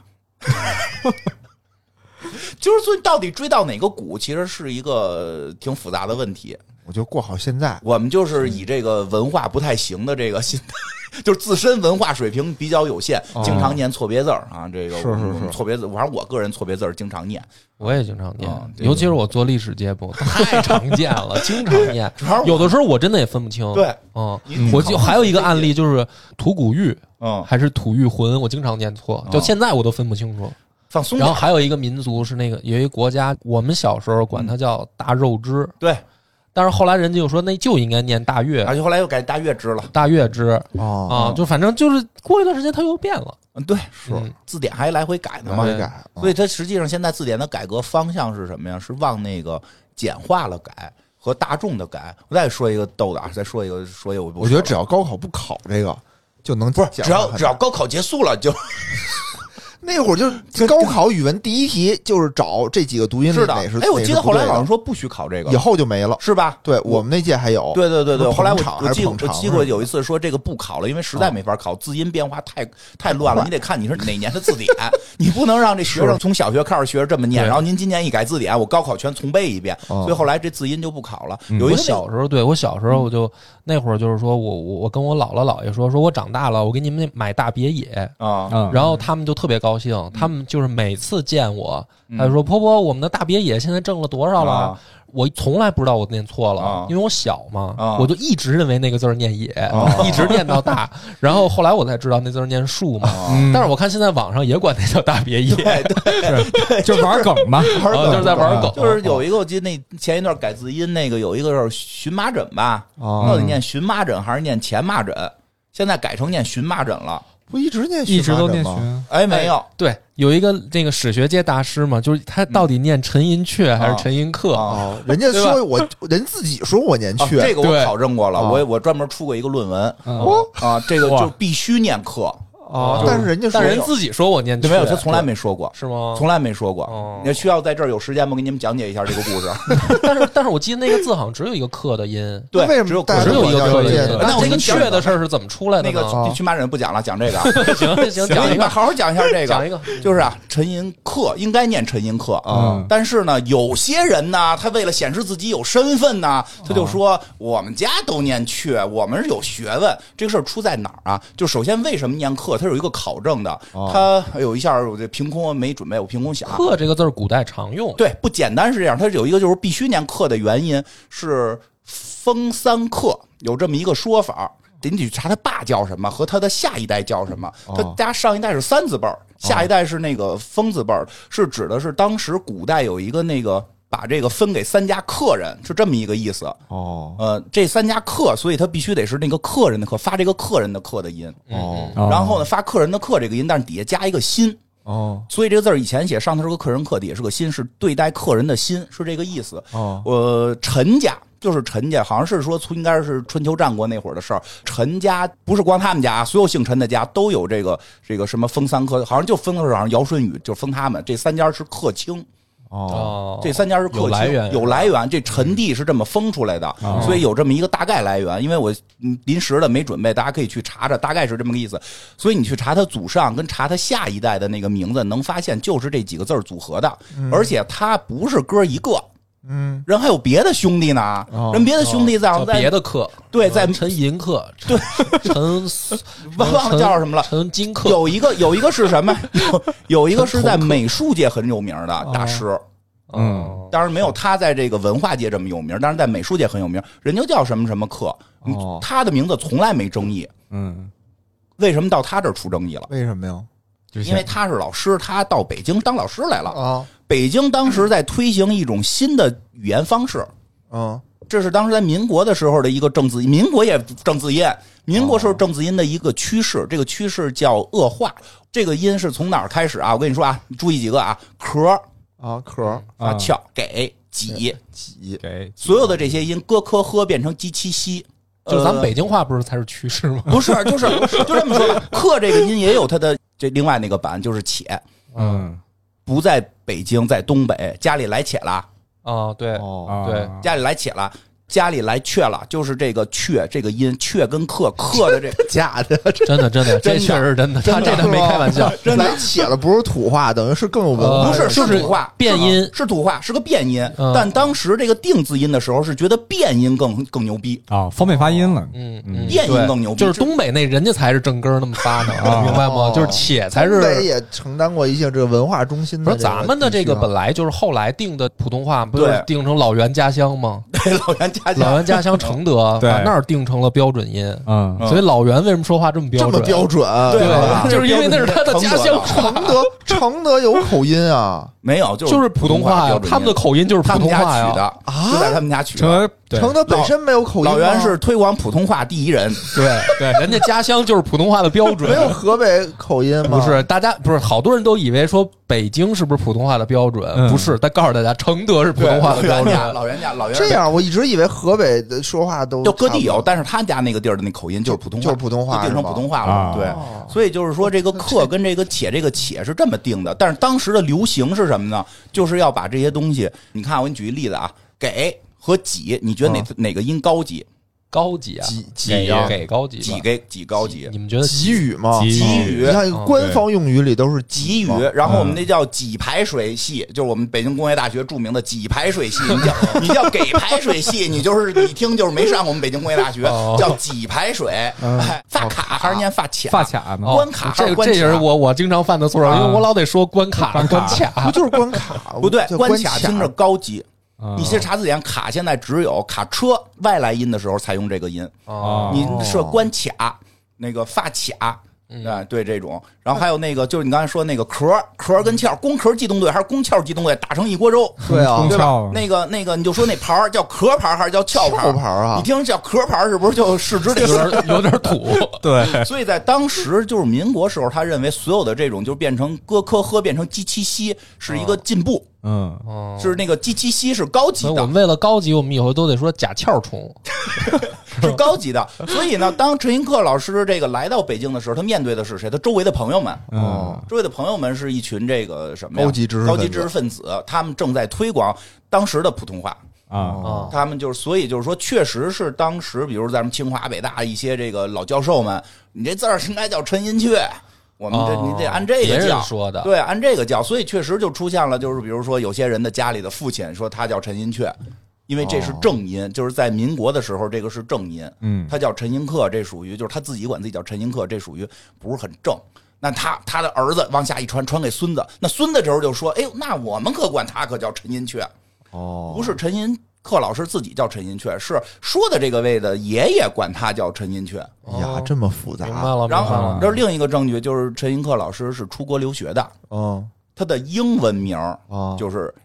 Speaker 3: 就是所以到底追到哪个古，其实是一个挺复杂的问题。
Speaker 4: 我就过好现在。
Speaker 3: 我们就是以这个文化不太行的这个心态， 就是自身文化水平比较有限，
Speaker 4: 哦
Speaker 3: 经常念错别字儿啊。这个
Speaker 4: 是是是
Speaker 3: 错别字，反正我个人错别字儿经常念。
Speaker 2: 我也经常念
Speaker 3: 啊，对
Speaker 2: 尤其是我做历史节 目，太常见了，经常念。
Speaker 3: 主要是我
Speaker 2: 有的时候我真的也分不清。
Speaker 3: 对，
Speaker 2: 嗯
Speaker 3: 你你，
Speaker 2: 我
Speaker 3: 考
Speaker 2: 就
Speaker 3: 虑
Speaker 2: 还有一
Speaker 3: 这
Speaker 2: 个
Speaker 3: 些
Speaker 2: 案例就是吐骨玉
Speaker 3: 嗯，
Speaker 2: 还是吐玉魂，我经常念错，就
Speaker 3: 啊
Speaker 2: 现在我都分不清楚。
Speaker 3: 放松
Speaker 2: 然
Speaker 3: 点
Speaker 2: 后
Speaker 3: 儿。
Speaker 2: 还有一个民族是那个有一个国家，我们小时候管它叫大肉汁，
Speaker 3: 对，
Speaker 2: 但是后来人家又说那就应该念大月
Speaker 3: 而且后来又改大月支了。
Speaker 2: 大月汁
Speaker 4: 哦，
Speaker 2: 啊，就反正就是过一段时间它又变了。
Speaker 3: 嗯，对，是
Speaker 2: 嗯
Speaker 3: 字典还来回改呢
Speaker 4: 那
Speaker 3: 嘛
Speaker 4: 么。
Speaker 2: 对
Speaker 4: 得改，哦
Speaker 3: 所以它实际上现在字典的改革方向是什么呀？是往那个简化了改和大众的改。我再说一个逗的啊，再说一个，说一个我不
Speaker 4: 我觉得只
Speaker 3: 说了
Speaker 4: 要高考不考这个，就能不是
Speaker 3: 只要只要高考结束了就
Speaker 4: 那会儿就高考语文第一题就是找这几个读音里
Speaker 3: 是的。
Speaker 4: 哪是
Speaker 3: 哎，我
Speaker 4: 哪
Speaker 3: 记
Speaker 4: 是
Speaker 3: 得
Speaker 4: 不
Speaker 3: 后来
Speaker 4: 对的
Speaker 3: 好像说不许考这个
Speaker 4: 以
Speaker 3: 了，
Speaker 4: 后就没了。
Speaker 3: 是吧？
Speaker 4: 对我们那届还有，
Speaker 3: 对对对
Speaker 4: 什
Speaker 3: 对，
Speaker 4: 么
Speaker 3: 后来我
Speaker 4: 捧场
Speaker 3: 我
Speaker 4: 还是嗯
Speaker 3: 记
Speaker 4: 捧
Speaker 3: 我
Speaker 4: 场
Speaker 3: 记过有一次说这个不考了，因为实在没法考，字音变化太太乱了，你得看你是哪年的字典，你不能让这学生从小学开始学着这么念，
Speaker 2: 对
Speaker 3: 然后您今年一改字典，我高考全重背一遍，
Speaker 4: 哦
Speaker 3: 所以后来这字音就不考了。
Speaker 1: 嗯
Speaker 3: 有一
Speaker 2: 我
Speaker 3: 个
Speaker 2: 小时候，对我小时候，我就那会儿就是说我我我跟我姥姥姥爷说，说我长大了，我给你们买大别野。
Speaker 3: 啊，
Speaker 1: 嗯，
Speaker 2: 然后他们就特别高兴，他们就是每次见我，
Speaker 3: 嗯
Speaker 2: 他就说：“婆婆，我们的大别野现在挣了多少了
Speaker 3: 啊？”
Speaker 2: 我从来不知道我念错
Speaker 3: 啊
Speaker 2: 了，因为我小嘛
Speaker 3: 啊，
Speaker 2: 我就一直认为那个字儿念野
Speaker 3: 啊，
Speaker 2: 一直念到大。然后后来我才知道那字儿念树嘛。
Speaker 1: 嗯
Speaker 2: 但是我看现在网上也管那叫大别野，
Speaker 3: 哎
Speaker 1: 是 就玩梗嘛，
Speaker 2: 然后 就是在玩梗，
Speaker 3: 就是有一个，我记得那前一段改字音那个有一个是荨麻疹吧，
Speaker 4: 啊，
Speaker 1: 嗯
Speaker 3: 到底念荨麻疹还是念前麻疹？现在改成念荨麻疹了。
Speaker 4: 不一直念
Speaker 1: 一直都念
Speaker 4: 荨麻疹吗？
Speaker 1: 群，
Speaker 3: 哎，没有，
Speaker 2: 对，有一个那个史学界大师嘛，就是他到底念陈寅恪还是陈寅恪？
Speaker 3: 啊
Speaker 4: 哦，人家
Speaker 2: 对吧
Speaker 4: 说我 人自己说我年
Speaker 3: 啊
Speaker 4: 去，
Speaker 3: 这个我
Speaker 2: 对
Speaker 3: 考证过了，
Speaker 4: 啊
Speaker 3: 我我专门出过一个论文
Speaker 1: 哦，
Speaker 3: 啊，这个
Speaker 1: 哇
Speaker 3: 就必须念课，
Speaker 2: 哦
Speaker 4: 但是人家说
Speaker 2: 但人自己说我念
Speaker 3: 对没有，他
Speaker 2: 恪，
Speaker 3: 从来没说过，
Speaker 2: 是吗？
Speaker 3: 从来没说过
Speaker 2: 哦。
Speaker 3: 你需要在这儿有时间吗？给你们讲解一下这个故事。
Speaker 2: 但是但是我记得那个字好像只有一个“克”的音，
Speaker 3: 对，
Speaker 4: 为什么
Speaker 3: 只有
Speaker 4: 大家
Speaker 2: 只
Speaker 4: 都
Speaker 2: 有一个“克”
Speaker 4: 课
Speaker 2: 的
Speaker 4: 对
Speaker 2: 音
Speaker 4: 对。
Speaker 3: 那我跟
Speaker 2: 这个“
Speaker 3: 你讲
Speaker 2: 雀”的事儿是怎么出来的
Speaker 3: 那
Speaker 2: 呢？
Speaker 3: 个
Speaker 4: 啊
Speaker 3: 荨麻疹不讲了，讲这个啊。
Speaker 2: 行行，
Speaker 3: 我
Speaker 2: 讲
Speaker 3: 给
Speaker 2: 一
Speaker 3: 你们
Speaker 2: 个，
Speaker 3: 好好讲一下这个，
Speaker 2: 讲一个
Speaker 3: 就是啊，陈寅恪应该念陈寅恪
Speaker 1: 嗯
Speaker 3: 啊但是呢，有些人呢，他为了显示自己有身份呢，他就说、我们家都念阙，我们是有学问。这个事儿出在哪儿啊？就首先为什么念恪，它有一个考证的，
Speaker 4: 哦
Speaker 3: 它有一下我这凭空没准备，我凭空想啊。
Speaker 2: 克这个字儿古代常用，
Speaker 3: 对，不简单是这样，它有一个就是必须念课的原因是封三课，有这么一个说法。得你得查他爸叫什么和他的下一代叫什么。他家上一代是三字辈儿，下一代是那个风字辈儿，是指的是当时古代有一个那个把这个分给三家客人，是这么一个意思。
Speaker 4: 哦
Speaker 3: 呃，这三家客，所以他必须得是那个客人的客，发这个客人的客的音。
Speaker 4: 哦
Speaker 1: 哦
Speaker 3: 然后呢，发客人的客这个音，但是底下加一个心，
Speaker 4: 哦
Speaker 3: 所以这个字儿以前写上头是个客人客，底下是个心，是对待客人的心，是这个意思。
Speaker 4: 哦
Speaker 3: 呃，陈家就是陈家，好像是说应该是春秋战国那会儿的事儿。陈家不是光他们家啊，所有姓陈的家都有这个这个什么封三客，好像就封的是好像尧舜禹就封他们这三家是客卿，
Speaker 4: 哦
Speaker 2: 哦，
Speaker 3: 这三家是客卿
Speaker 2: 有来源啊嗯
Speaker 3: 有来源。这陈地是这么封出来的，所以有这么一个大概来源。因为我嗯临时的没准备，大家可以去查查，大概是这么个意思。所以你去查他祖上跟查他下一代的那个名字，能发现就是这几个字儿组合的，而且他不是哥一个。
Speaker 4: 嗯
Speaker 3: 人还有别的兄弟呢，
Speaker 4: 哦
Speaker 3: 人别的兄弟在
Speaker 2: 叫
Speaker 3: 在
Speaker 2: 别的课，
Speaker 3: 对
Speaker 2: 嗯
Speaker 3: 在
Speaker 2: 陈寅课，对， 陈
Speaker 3: 忘忘了叫什么了。
Speaker 2: 陈金课，
Speaker 3: 有一个有一个是什么？ 有有一个是在美术界很有名的大
Speaker 2: 哦
Speaker 3: 师，
Speaker 1: 嗯
Speaker 3: 当然没有他在这个文化界这么有名，但是在美术界很有名。人就叫什么什么克，
Speaker 4: 哦
Speaker 3: 他的名字从来没争议，
Speaker 1: 嗯，
Speaker 3: 为什么到他这儿出争议了？
Speaker 4: 为什么呀？
Speaker 1: 之
Speaker 3: 因为
Speaker 1: 前
Speaker 3: 他是老哦师，他到北京当老师来了。
Speaker 4: 啊
Speaker 3: 北京当时在推行一种新的语言方式，
Speaker 4: 嗯
Speaker 3: 这是当时在民国的时候的一个正字，民国也正字音，民国时候正字音的一个趋势，这个趋势叫恶化。这个音是从哪儿开始啊？我跟你说啊，你注意几个啊，壳
Speaker 4: 啊
Speaker 2: 嗯
Speaker 4: 壳儿
Speaker 3: 啊、翘、给、挤，
Speaker 4: 挤
Speaker 1: 给
Speaker 3: 所有的这些音，咯、科、呵变成鸡、七、西，
Speaker 2: 就是咱们
Speaker 3: 呃
Speaker 2: 北京话不是才是趋势 吗？
Speaker 3: 不是，就是就这么 说吧。克这个音也有它的这另外那个版，就是且，
Speaker 1: 嗯
Speaker 3: 不在北京，在东北，家里来且了，
Speaker 2: 啊，对，
Speaker 4: 哦
Speaker 1: 啊
Speaker 2: 对
Speaker 3: 家里来且了。家里来却了，就是这个“却”这个音，“却”跟“克”克的这个
Speaker 4: 假的，
Speaker 2: 真的真 的，
Speaker 3: 真
Speaker 2: 这
Speaker 3: 的
Speaker 2: 确实是真的，他这
Speaker 4: 真的
Speaker 2: 个没开 玩笑。
Speaker 4: 真 的写了不是土话，等于是更有文化。
Speaker 2: 呃
Speaker 3: 不是，
Speaker 2: 就是
Speaker 3: 土话，
Speaker 2: 变音
Speaker 3: 是土话，是个变音。
Speaker 2: 嗯
Speaker 3: 但当时这个定字音的时候，是觉得变音更更牛逼，
Speaker 1: 啊，方便发音了，嗯
Speaker 2: 嗯嗯，
Speaker 3: 变音更牛逼。哦
Speaker 2: 就是东北那人家才是正根儿那么发呢，
Speaker 1: 啊
Speaker 2: 明白吗？就是且才
Speaker 4: 东北
Speaker 2: 是。
Speaker 4: 也承担过一些这个文化中
Speaker 3: 嗯
Speaker 4: 心
Speaker 2: 不
Speaker 4: 的
Speaker 2: 是
Speaker 4: 这个地区啊。
Speaker 2: 咱们的这个本来就是后来定的普通话，不就是
Speaker 3: 对
Speaker 2: 定成老袁家乡吗？
Speaker 3: 这老袁家
Speaker 2: 老
Speaker 3: 家
Speaker 2: 袁家乡承 德，
Speaker 1: 对
Speaker 2: 把那儿定成了标准音，
Speaker 1: 嗯
Speaker 3: 嗯
Speaker 2: 所以老袁为什么说话这么
Speaker 4: 这
Speaker 2: 标
Speaker 4: 么
Speaker 2: 准？
Speaker 3: 啊
Speaker 4: 标准，
Speaker 3: 对
Speaker 2: 对，就是因为那是他的
Speaker 3: 承德
Speaker 2: 家乡
Speaker 3: 的
Speaker 4: 承德 承德有口音啊，
Speaker 3: 没有，就
Speaker 2: 就是
Speaker 3: 普
Speaker 2: 普通话
Speaker 3: 标，
Speaker 2: 呀
Speaker 3: 准音
Speaker 2: 他们的口音就是
Speaker 3: 他
Speaker 2: 普
Speaker 3: 们
Speaker 2: 通
Speaker 3: 家
Speaker 2: 话
Speaker 3: 取
Speaker 2: 呀。啊
Speaker 3: 的就在他们家取
Speaker 1: 成
Speaker 3: 的。
Speaker 1: 为对
Speaker 4: 承德本身没有口音吗。
Speaker 3: 老袁是推广普通话第一人，
Speaker 2: 对
Speaker 1: 对
Speaker 2: 人家家乡就是普通话的标准
Speaker 4: 没。有河北口音吗？
Speaker 2: 不是，大家不是好多人都以为说北京是不是普通话的标准？
Speaker 1: 嗯
Speaker 2: 不是，但告诉大家，承德是 普
Speaker 3: 对
Speaker 2: 通话的标
Speaker 3: 老袁
Speaker 2: 准。
Speaker 3: 家，老袁家，老袁家
Speaker 4: 这样，我一直以为河北的说话都
Speaker 3: 就各地有，
Speaker 4: 差
Speaker 3: 但是他家那个地儿的那口音就是普通话，
Speaker 4: 就是普通话
Speaker 3: 就定成
Speaker 4: 是吧
Speaker 3: 普通话
Speaker 1: 啊
Speaker 3: 了。对，所以就是说这个“克”跟这个“且”这个“且”是这么定的。但是当时的流行是什么呢？就是要把这些东西，你看我给你举一例子啊，给和几，你觉得哪、哪个音 高级？
Speaker 2: 高级
Speaker 4: 不
Speaker 2: 啊，
Speaker 4: 多几
Speaker 2: 给
Speaker 4: 几啊
Speaker 2: 给高级吧
Speaker 3: 几给几高级？啊
Speaker 2: 你们觉得
Speaker 4: 几语嘛，
Speaker 1: 给
Speaker 3: 给
Speaker 1: 给
Speaker 4: 你
Speaker 3: 予
Speaker 4: 看官方用语里都是
Speaker 3: 嗯给予
Speaker 4: 嘛，
Speaker 3: 然后我们那叫给排水系，就是我们北京工业大学著名的给排水系。你叫你叫给排水系，你就是你听就是没上过我们北京工业大学
Speaker 2: 哦，
Speaker 3: 叫给排水。哎发卡还是念发卡？
Speaker 1: 发卡呢
Speaker 2: 哦
Speaker 3: 关卡还
Speaker 2: 这
Speaker 3: 是
Speaker 2: 个
Speaker 3: 关
Speaker 2: 这
Speaker 3: 卡
Speaker 2: 也是我我经常犯的错误，因
Speaker 1: 啊
Speaker 2: 为我老得说关卡
Speaker 1: 关卡
Speaker 2: 关卡
Speaker 4: 不。就是关卡？
Speaker 3: 啊不对
Speaker 4: 叫，
Speaker 3: 关
Speaker 4: 关
Speaker 3: 卡听着高级。
Speaker 1: 嗯
Speaker 3: 你去查字典，卡现在只有卡车外来音的时候才用这个音。
Speaker 1: 哦
Speaker 2: 啊
Speaker 3: 你是关卡，那个发卡。啊，对这种，然后还有那个，就是你刚才说那个壳壳跟壳，工壳机动队还是工壳机动队，打成一锅粥，
Speaker 4: 对啊
Speaker 2: 哦
Speaker 1: 工壳
Speaker 3: 对吧
Speaker 1: 壳？
Speaker 3: 那个那个，你就说那牌儿叫壳牌儿还是叫壳牌
Speaker 4: 壳牌儿啊
Speaker 3: 你听叫壳牌儿是不是就市值里
Speaker 2: 有点有点土，
Speaker 3: 哦
Speaker 1: 对
Speaker 3: 所以在当时就是民国时候，他认为所有的这种就变成哥科喝变成鸡七西是
Speaker 2: 哦
Speaker 3: 一个进步，
Speaker 1: 嗯
Speaker 3: 是那个鸡七西是高级
Speaker 2: 所以
Speaker 3: 的
Speaker 2: 哦我，们为了高级，我们以后都得说甲壳虫。
Speaker 3: 是高级的。所以呢，当陈寅恪老师这个来到北京的时候，他面对的是谁？他周围的朋友们。
Speaker 1: 嗯
Speaker 3: 周围的朋友们是一群这个什么呀
Speaker 4: 高级知识分
Speaker 3: 高
Speaker 4: 子
Speaker 3: 级知识分子，他们正在推广当时的普通话。
Speaker 4: 哦
Speaker 1: 啊
Speaker 2: 啊
Speaker 3: 他们就是，所以就是说，确实是当时，比如咱们清华、北大一些这个老教授们，你这字儿应该叫陈寅恪，我们这、
Speaker 2: 哦
Speaker 3: 你得按这
Speaker 2: 别
Speaker 3: 个
Speaker 2: 人
Speaker 3: 叫，
Speaker 2: 说的
Speaker 3: 对，按这个叫，所以确实就出现了，就是比如说有些人的家里的父亲说他叫陈寅恪，因为这是正音，就是在民国的时候，这个是正音，
Speaker 1: 嗯
Speaker 3: 他叫陈寅恪，这属于就是他自己管自己叫陈寅恪，这属于不是很正。那他他的儿子往下一传，传给孙子，那孙子这时候就说：“哎呦，那我们可管他可叫陈寅恪，
Speaker 4: 哦
Speaker 3: 不是陈寅克老师自己叫陈寅恪，是说的这个位的爷爷管他叫陈寅恪。
Speaker 4: 哎呀，
Speaker 2: 哦
Speaker 4: 这么复
Speaker 2: 明白
Speaker 4: 杂，
Speaker 2: 哦了，明白
Speaker 3: 然后
Speaker 2: 了，，
Speaker 3: 这另一个证据就是陈寅恪老师是出国留学的，
Speaker 4: 嗯
Speaker 3: 他的英文名儿哦
Speaker 2: 哦
Speaker 4: 啊，
Speaker 3: 就是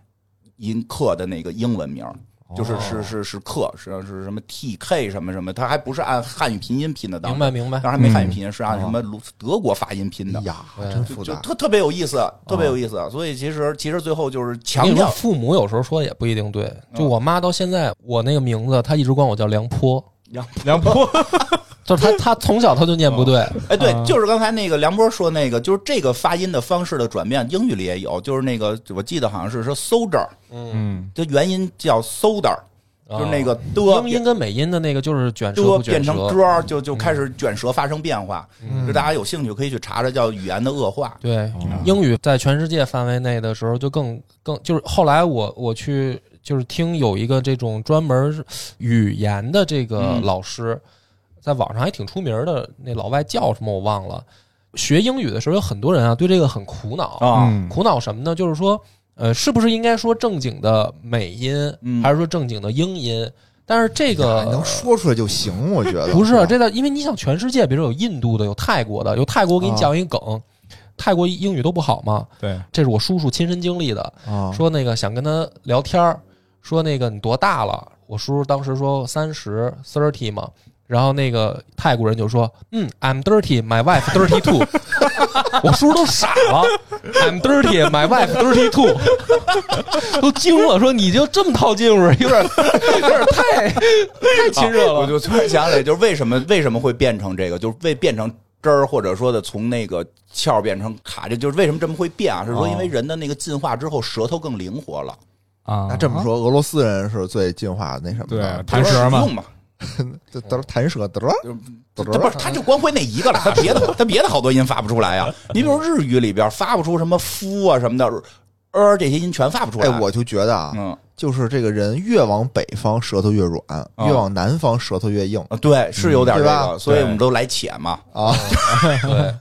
Speaker 3: 寅恪的那个英文名儿，就是
Speaker 2: 哦
Speaker 3: 是是是克，是是什么 T K 什么什么，他还不是按汉语拼音拼的当
Speaker 2: 明
Speaker 3: 时，
Speaker 2: 白嗯哦明白
Speaker 3: 当然还没汉语拼音，是按什么卢德国发音拼的
Speaker 4: 哎。呀，
Speaker 2: 对
Speaker 4: 真
Speaker 3: 就
Speaker 4: 复
Speaker 3: 就
Speaker 4: 杂，
Speaker 3: 特特别有意思，特别有意
Speaker 2: 哦
Speaker 3: 思，所以其实其实最后就是
Speaker 2: 我跟
Speaker 3: 强
Speaker 2: 你说，
Speaker 3: 调
Speaker 2: 父母有时候说也不一定对。就我妈到现在，我那个名字，她一直管我叫梁坡，
Speaker 3: 梁
Speaker 1: 梁波，
Speaker 2: 就是 她她从小她就念不对。
Speaker 3: 哎，对
Speaker 1: 啊，
Speaker 3: 就是刚才那个梁波说那个，就是这个发音的方式的转变，英语里也有，就是那个我记得好像是说 soda，
Speaker 2: 嗯，
Speaker 1: 嗯，
Speaker 3: 它原音叫 soda，就是那个的
Speaker 2: 啊哦英音跟美音的那个就是卷舌
Speaker 3: 的
Speaker 2: 不卷
Speaker 3: 变成
Speaker 2: 舌。
Speaker 3: d 就就开始卷舌发生变化。
Speaker 2: 嗯
Speaker 3: 就大家有兴趣可以去查查叫语言的恶化。
Speaker 2: 对，
Speaker 1: 哦
Speaker 2: 英语在全世界范围内的时候，就更更就是后来我我去就是听有一个这种专门语言的这个
Speaker 3: 嗯
Speaker 2: 老师，在网上还挺出名的，那老外叫什么我忘了。学英语的时候，有很多人啊对这个很苦恼，
Speaker 3: 啊，
Speaker 1: 嗯
Speaker 2: 苦恼什么呢？就是说，呃，是不是应该说正经的美音，
Speaker 3: 嗯
Speaker 2: 还是说正经的英音？但是这
Speaker 4: 哎
Speaker 2: 个
Speaker 4: 能说出来就行，我觉得啊
Speaker 2: 不是
Speaker 4: 吧
Speaker 2: 这个，因为你想，全世界，比如有印度的，有泰国的，有泰国，我给你讲一个梗，泰国英语都不好嘛，
Speaker 1: 对，
Speaker 2: 这是我叔叔亲身经历的，
Speaker 4: 啊，
Speaker 2: 说那个想跟他聊天儿，说那个你多大了？我叔叔当时说三十 thirty 嘛，然后那个泰国人就说，嗯，I'm dirty, my wife dirty too。我叔叔都傻了，I'm dirty, my wife dirty too，都 惊了，说你就这么套近乎，有点有点太太亲热
Speaker 3: 啊我
Speaker 2: 了。
Speaker 3: 就突然想起来，就是为什么为什么会变成这个，就是为变成汁儿，或者说的从那个壳变成卡，这就是为什么这么会变啊？是说因
Speaker 2: 哦
Speaker 3: 为人的那个进化之后，舌头更灵活了，
Speaker 1: 啊，
Speaker 4: 那这么说，俄罗斯人是最进化那什么的
Speaker 3: 啊
Speaker 1: 对，弹舌嘛
Speaker 3: 嘛，用嘛，
Speaker 4: 这都是弹舌得了
Speaker 3: 就是
Speaker 4: 得
Speaker 3: 啊这不是，他就光会那一个了，他别的他别的好多音发不出来呀。你比如日语里边发不出什么夫啊什么的，呃这些音全发不出来。
Speaker 4: 哎，我就觉得啊，
Speaker 3: 嗯
Speaker 4: 就是这个人越往北方舌头越软，越往南方舌头越硬
Speaker 3: 啊，对，是有点这
Speaker 4: 嗯对
Speaker 3: 个，
Speaker 4: 吧
Speaker 3: 所以我们都来且嘛。
Speaker 4: 啊，
Speaker 2: 对，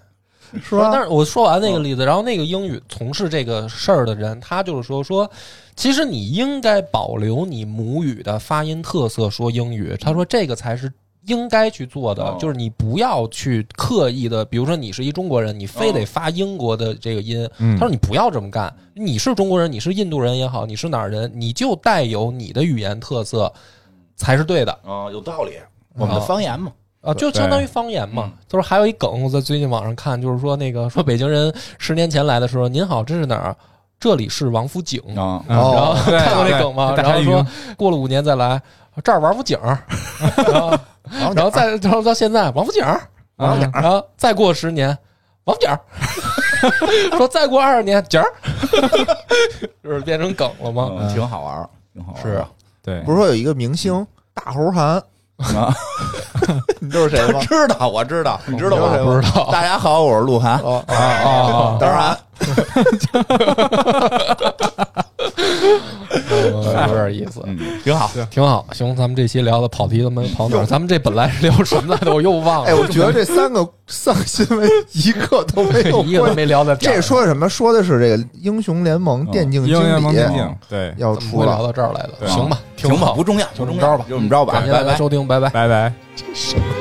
Speaker 4: 是吧？
Speaker 2: 但是我说完那个例子，然后那个英语从事这个事儿的人，他就是说说，其实你应该保留你母语的发音特色说英语。他说这个才是应该去做的，
Speaker 3: 哦
Speaker 2: 就是你不要去刻意的，比如说你是一中国人，你非得发英国的这个音。
Speaker 1: 嗯
Speaker 2: 他说你不要这么干，你是中国人，你是印度人也好，你是哪儿人，你就带有你的语言特色才是对的。
Speaker 3: 啊，有道理，我们的
Speaker 2: 啊
Speaker 3: 方言嘛。
Speaker 2: 啊，就相当于方言嘛。就是还有一梗，我在最近网上看，就是说那个说北京人十年前来的时候，您好，这是哪儿？啊这里是王府井。
Speaker 3: 啊，
Speaker 1: 嗯
Speaker 2: 然后
Speaker 4: 哦
Speaker 1: 对
Speaker 2: 看过那梗吗？
Speaker 1: 对
Speaker 2: 然后
Speaker 1: 大
Speaker 2: 说
Speaker 1: 鲨
Speaker 2: 过了五年再来，这儿王府井。然后
Speaker 4: 然后
Speaker 2: 然后再然后到现在王府井，
Speaker 1: 啊
Speaker 2: 然后再过十年王府井，说再过二十年井儿， 就是变成梗了吗？
Speaker 3: 嗯挺好玩儿，挺好玩儿的。
Speaker 1: 对，
Speaker 4: 不是说有一个明星大猴韩，
Speaker 3: 啊，？
Speaker 4: 你知道是谁吗
Speaker 3: 知道，我知道，你知道
Speaker 4: 你知道
Speaker 3: 我
Speaker 4: 谁
Speaker 2: 不知道
Speaker 3: 大家好，我是鹿晗。
Speaker 4: 哦，
Speaker 2: 啊啊啊！
Speaker 3: 当然，
Speaker 2: 有点意思。
Speaker 3: 嗯，挺好。
Speaker 2: 挺好，行，咱们这期聊的跑题，咱们跑哪儿？咱们这本来是聊什么来的，我又忘了。
Speaker 4: 哎，我觉得这三个三个新闻一个都没 有
Speaker 2: 一个都
Speaker 4: 关系。
Speaker 2: 没聊到点儿
Speaker 4: 这说的什么？说的是这个英雄联盟电竞
Speaker 1: 嗯英
Speaker 4: 经
Speaker 1: 联盟电
Speaker 4: 理
Speaker 1: 竞，对，
Speaker 4: 啊要
Speaker 2: 怎么
Speaker 4: 出
Speaker 2: 会聊
Speaker 4: 了，
Speaker 2: 到这儿来的？
Speaker 1: 对
Speaker 2: 行吧，挺
Speaker 3: 行吧，
Speaker 2: 好
Speaker 3: 不，重要，不
Speaker 2: 就这
Speaker 3: 重
Speaker 2: 么着
Speaker 3: 要
Speaker 2: 吧
Speaker 3: 就这么着吧，
Speaker 2: 感谢
Speaker 3: 拜
Speaker 2: 大家
Speaker 3: 拜。
Speaker 2: 收听，拜拜。
Speaker 1: 拜拜。
Speaker 4: 这什么？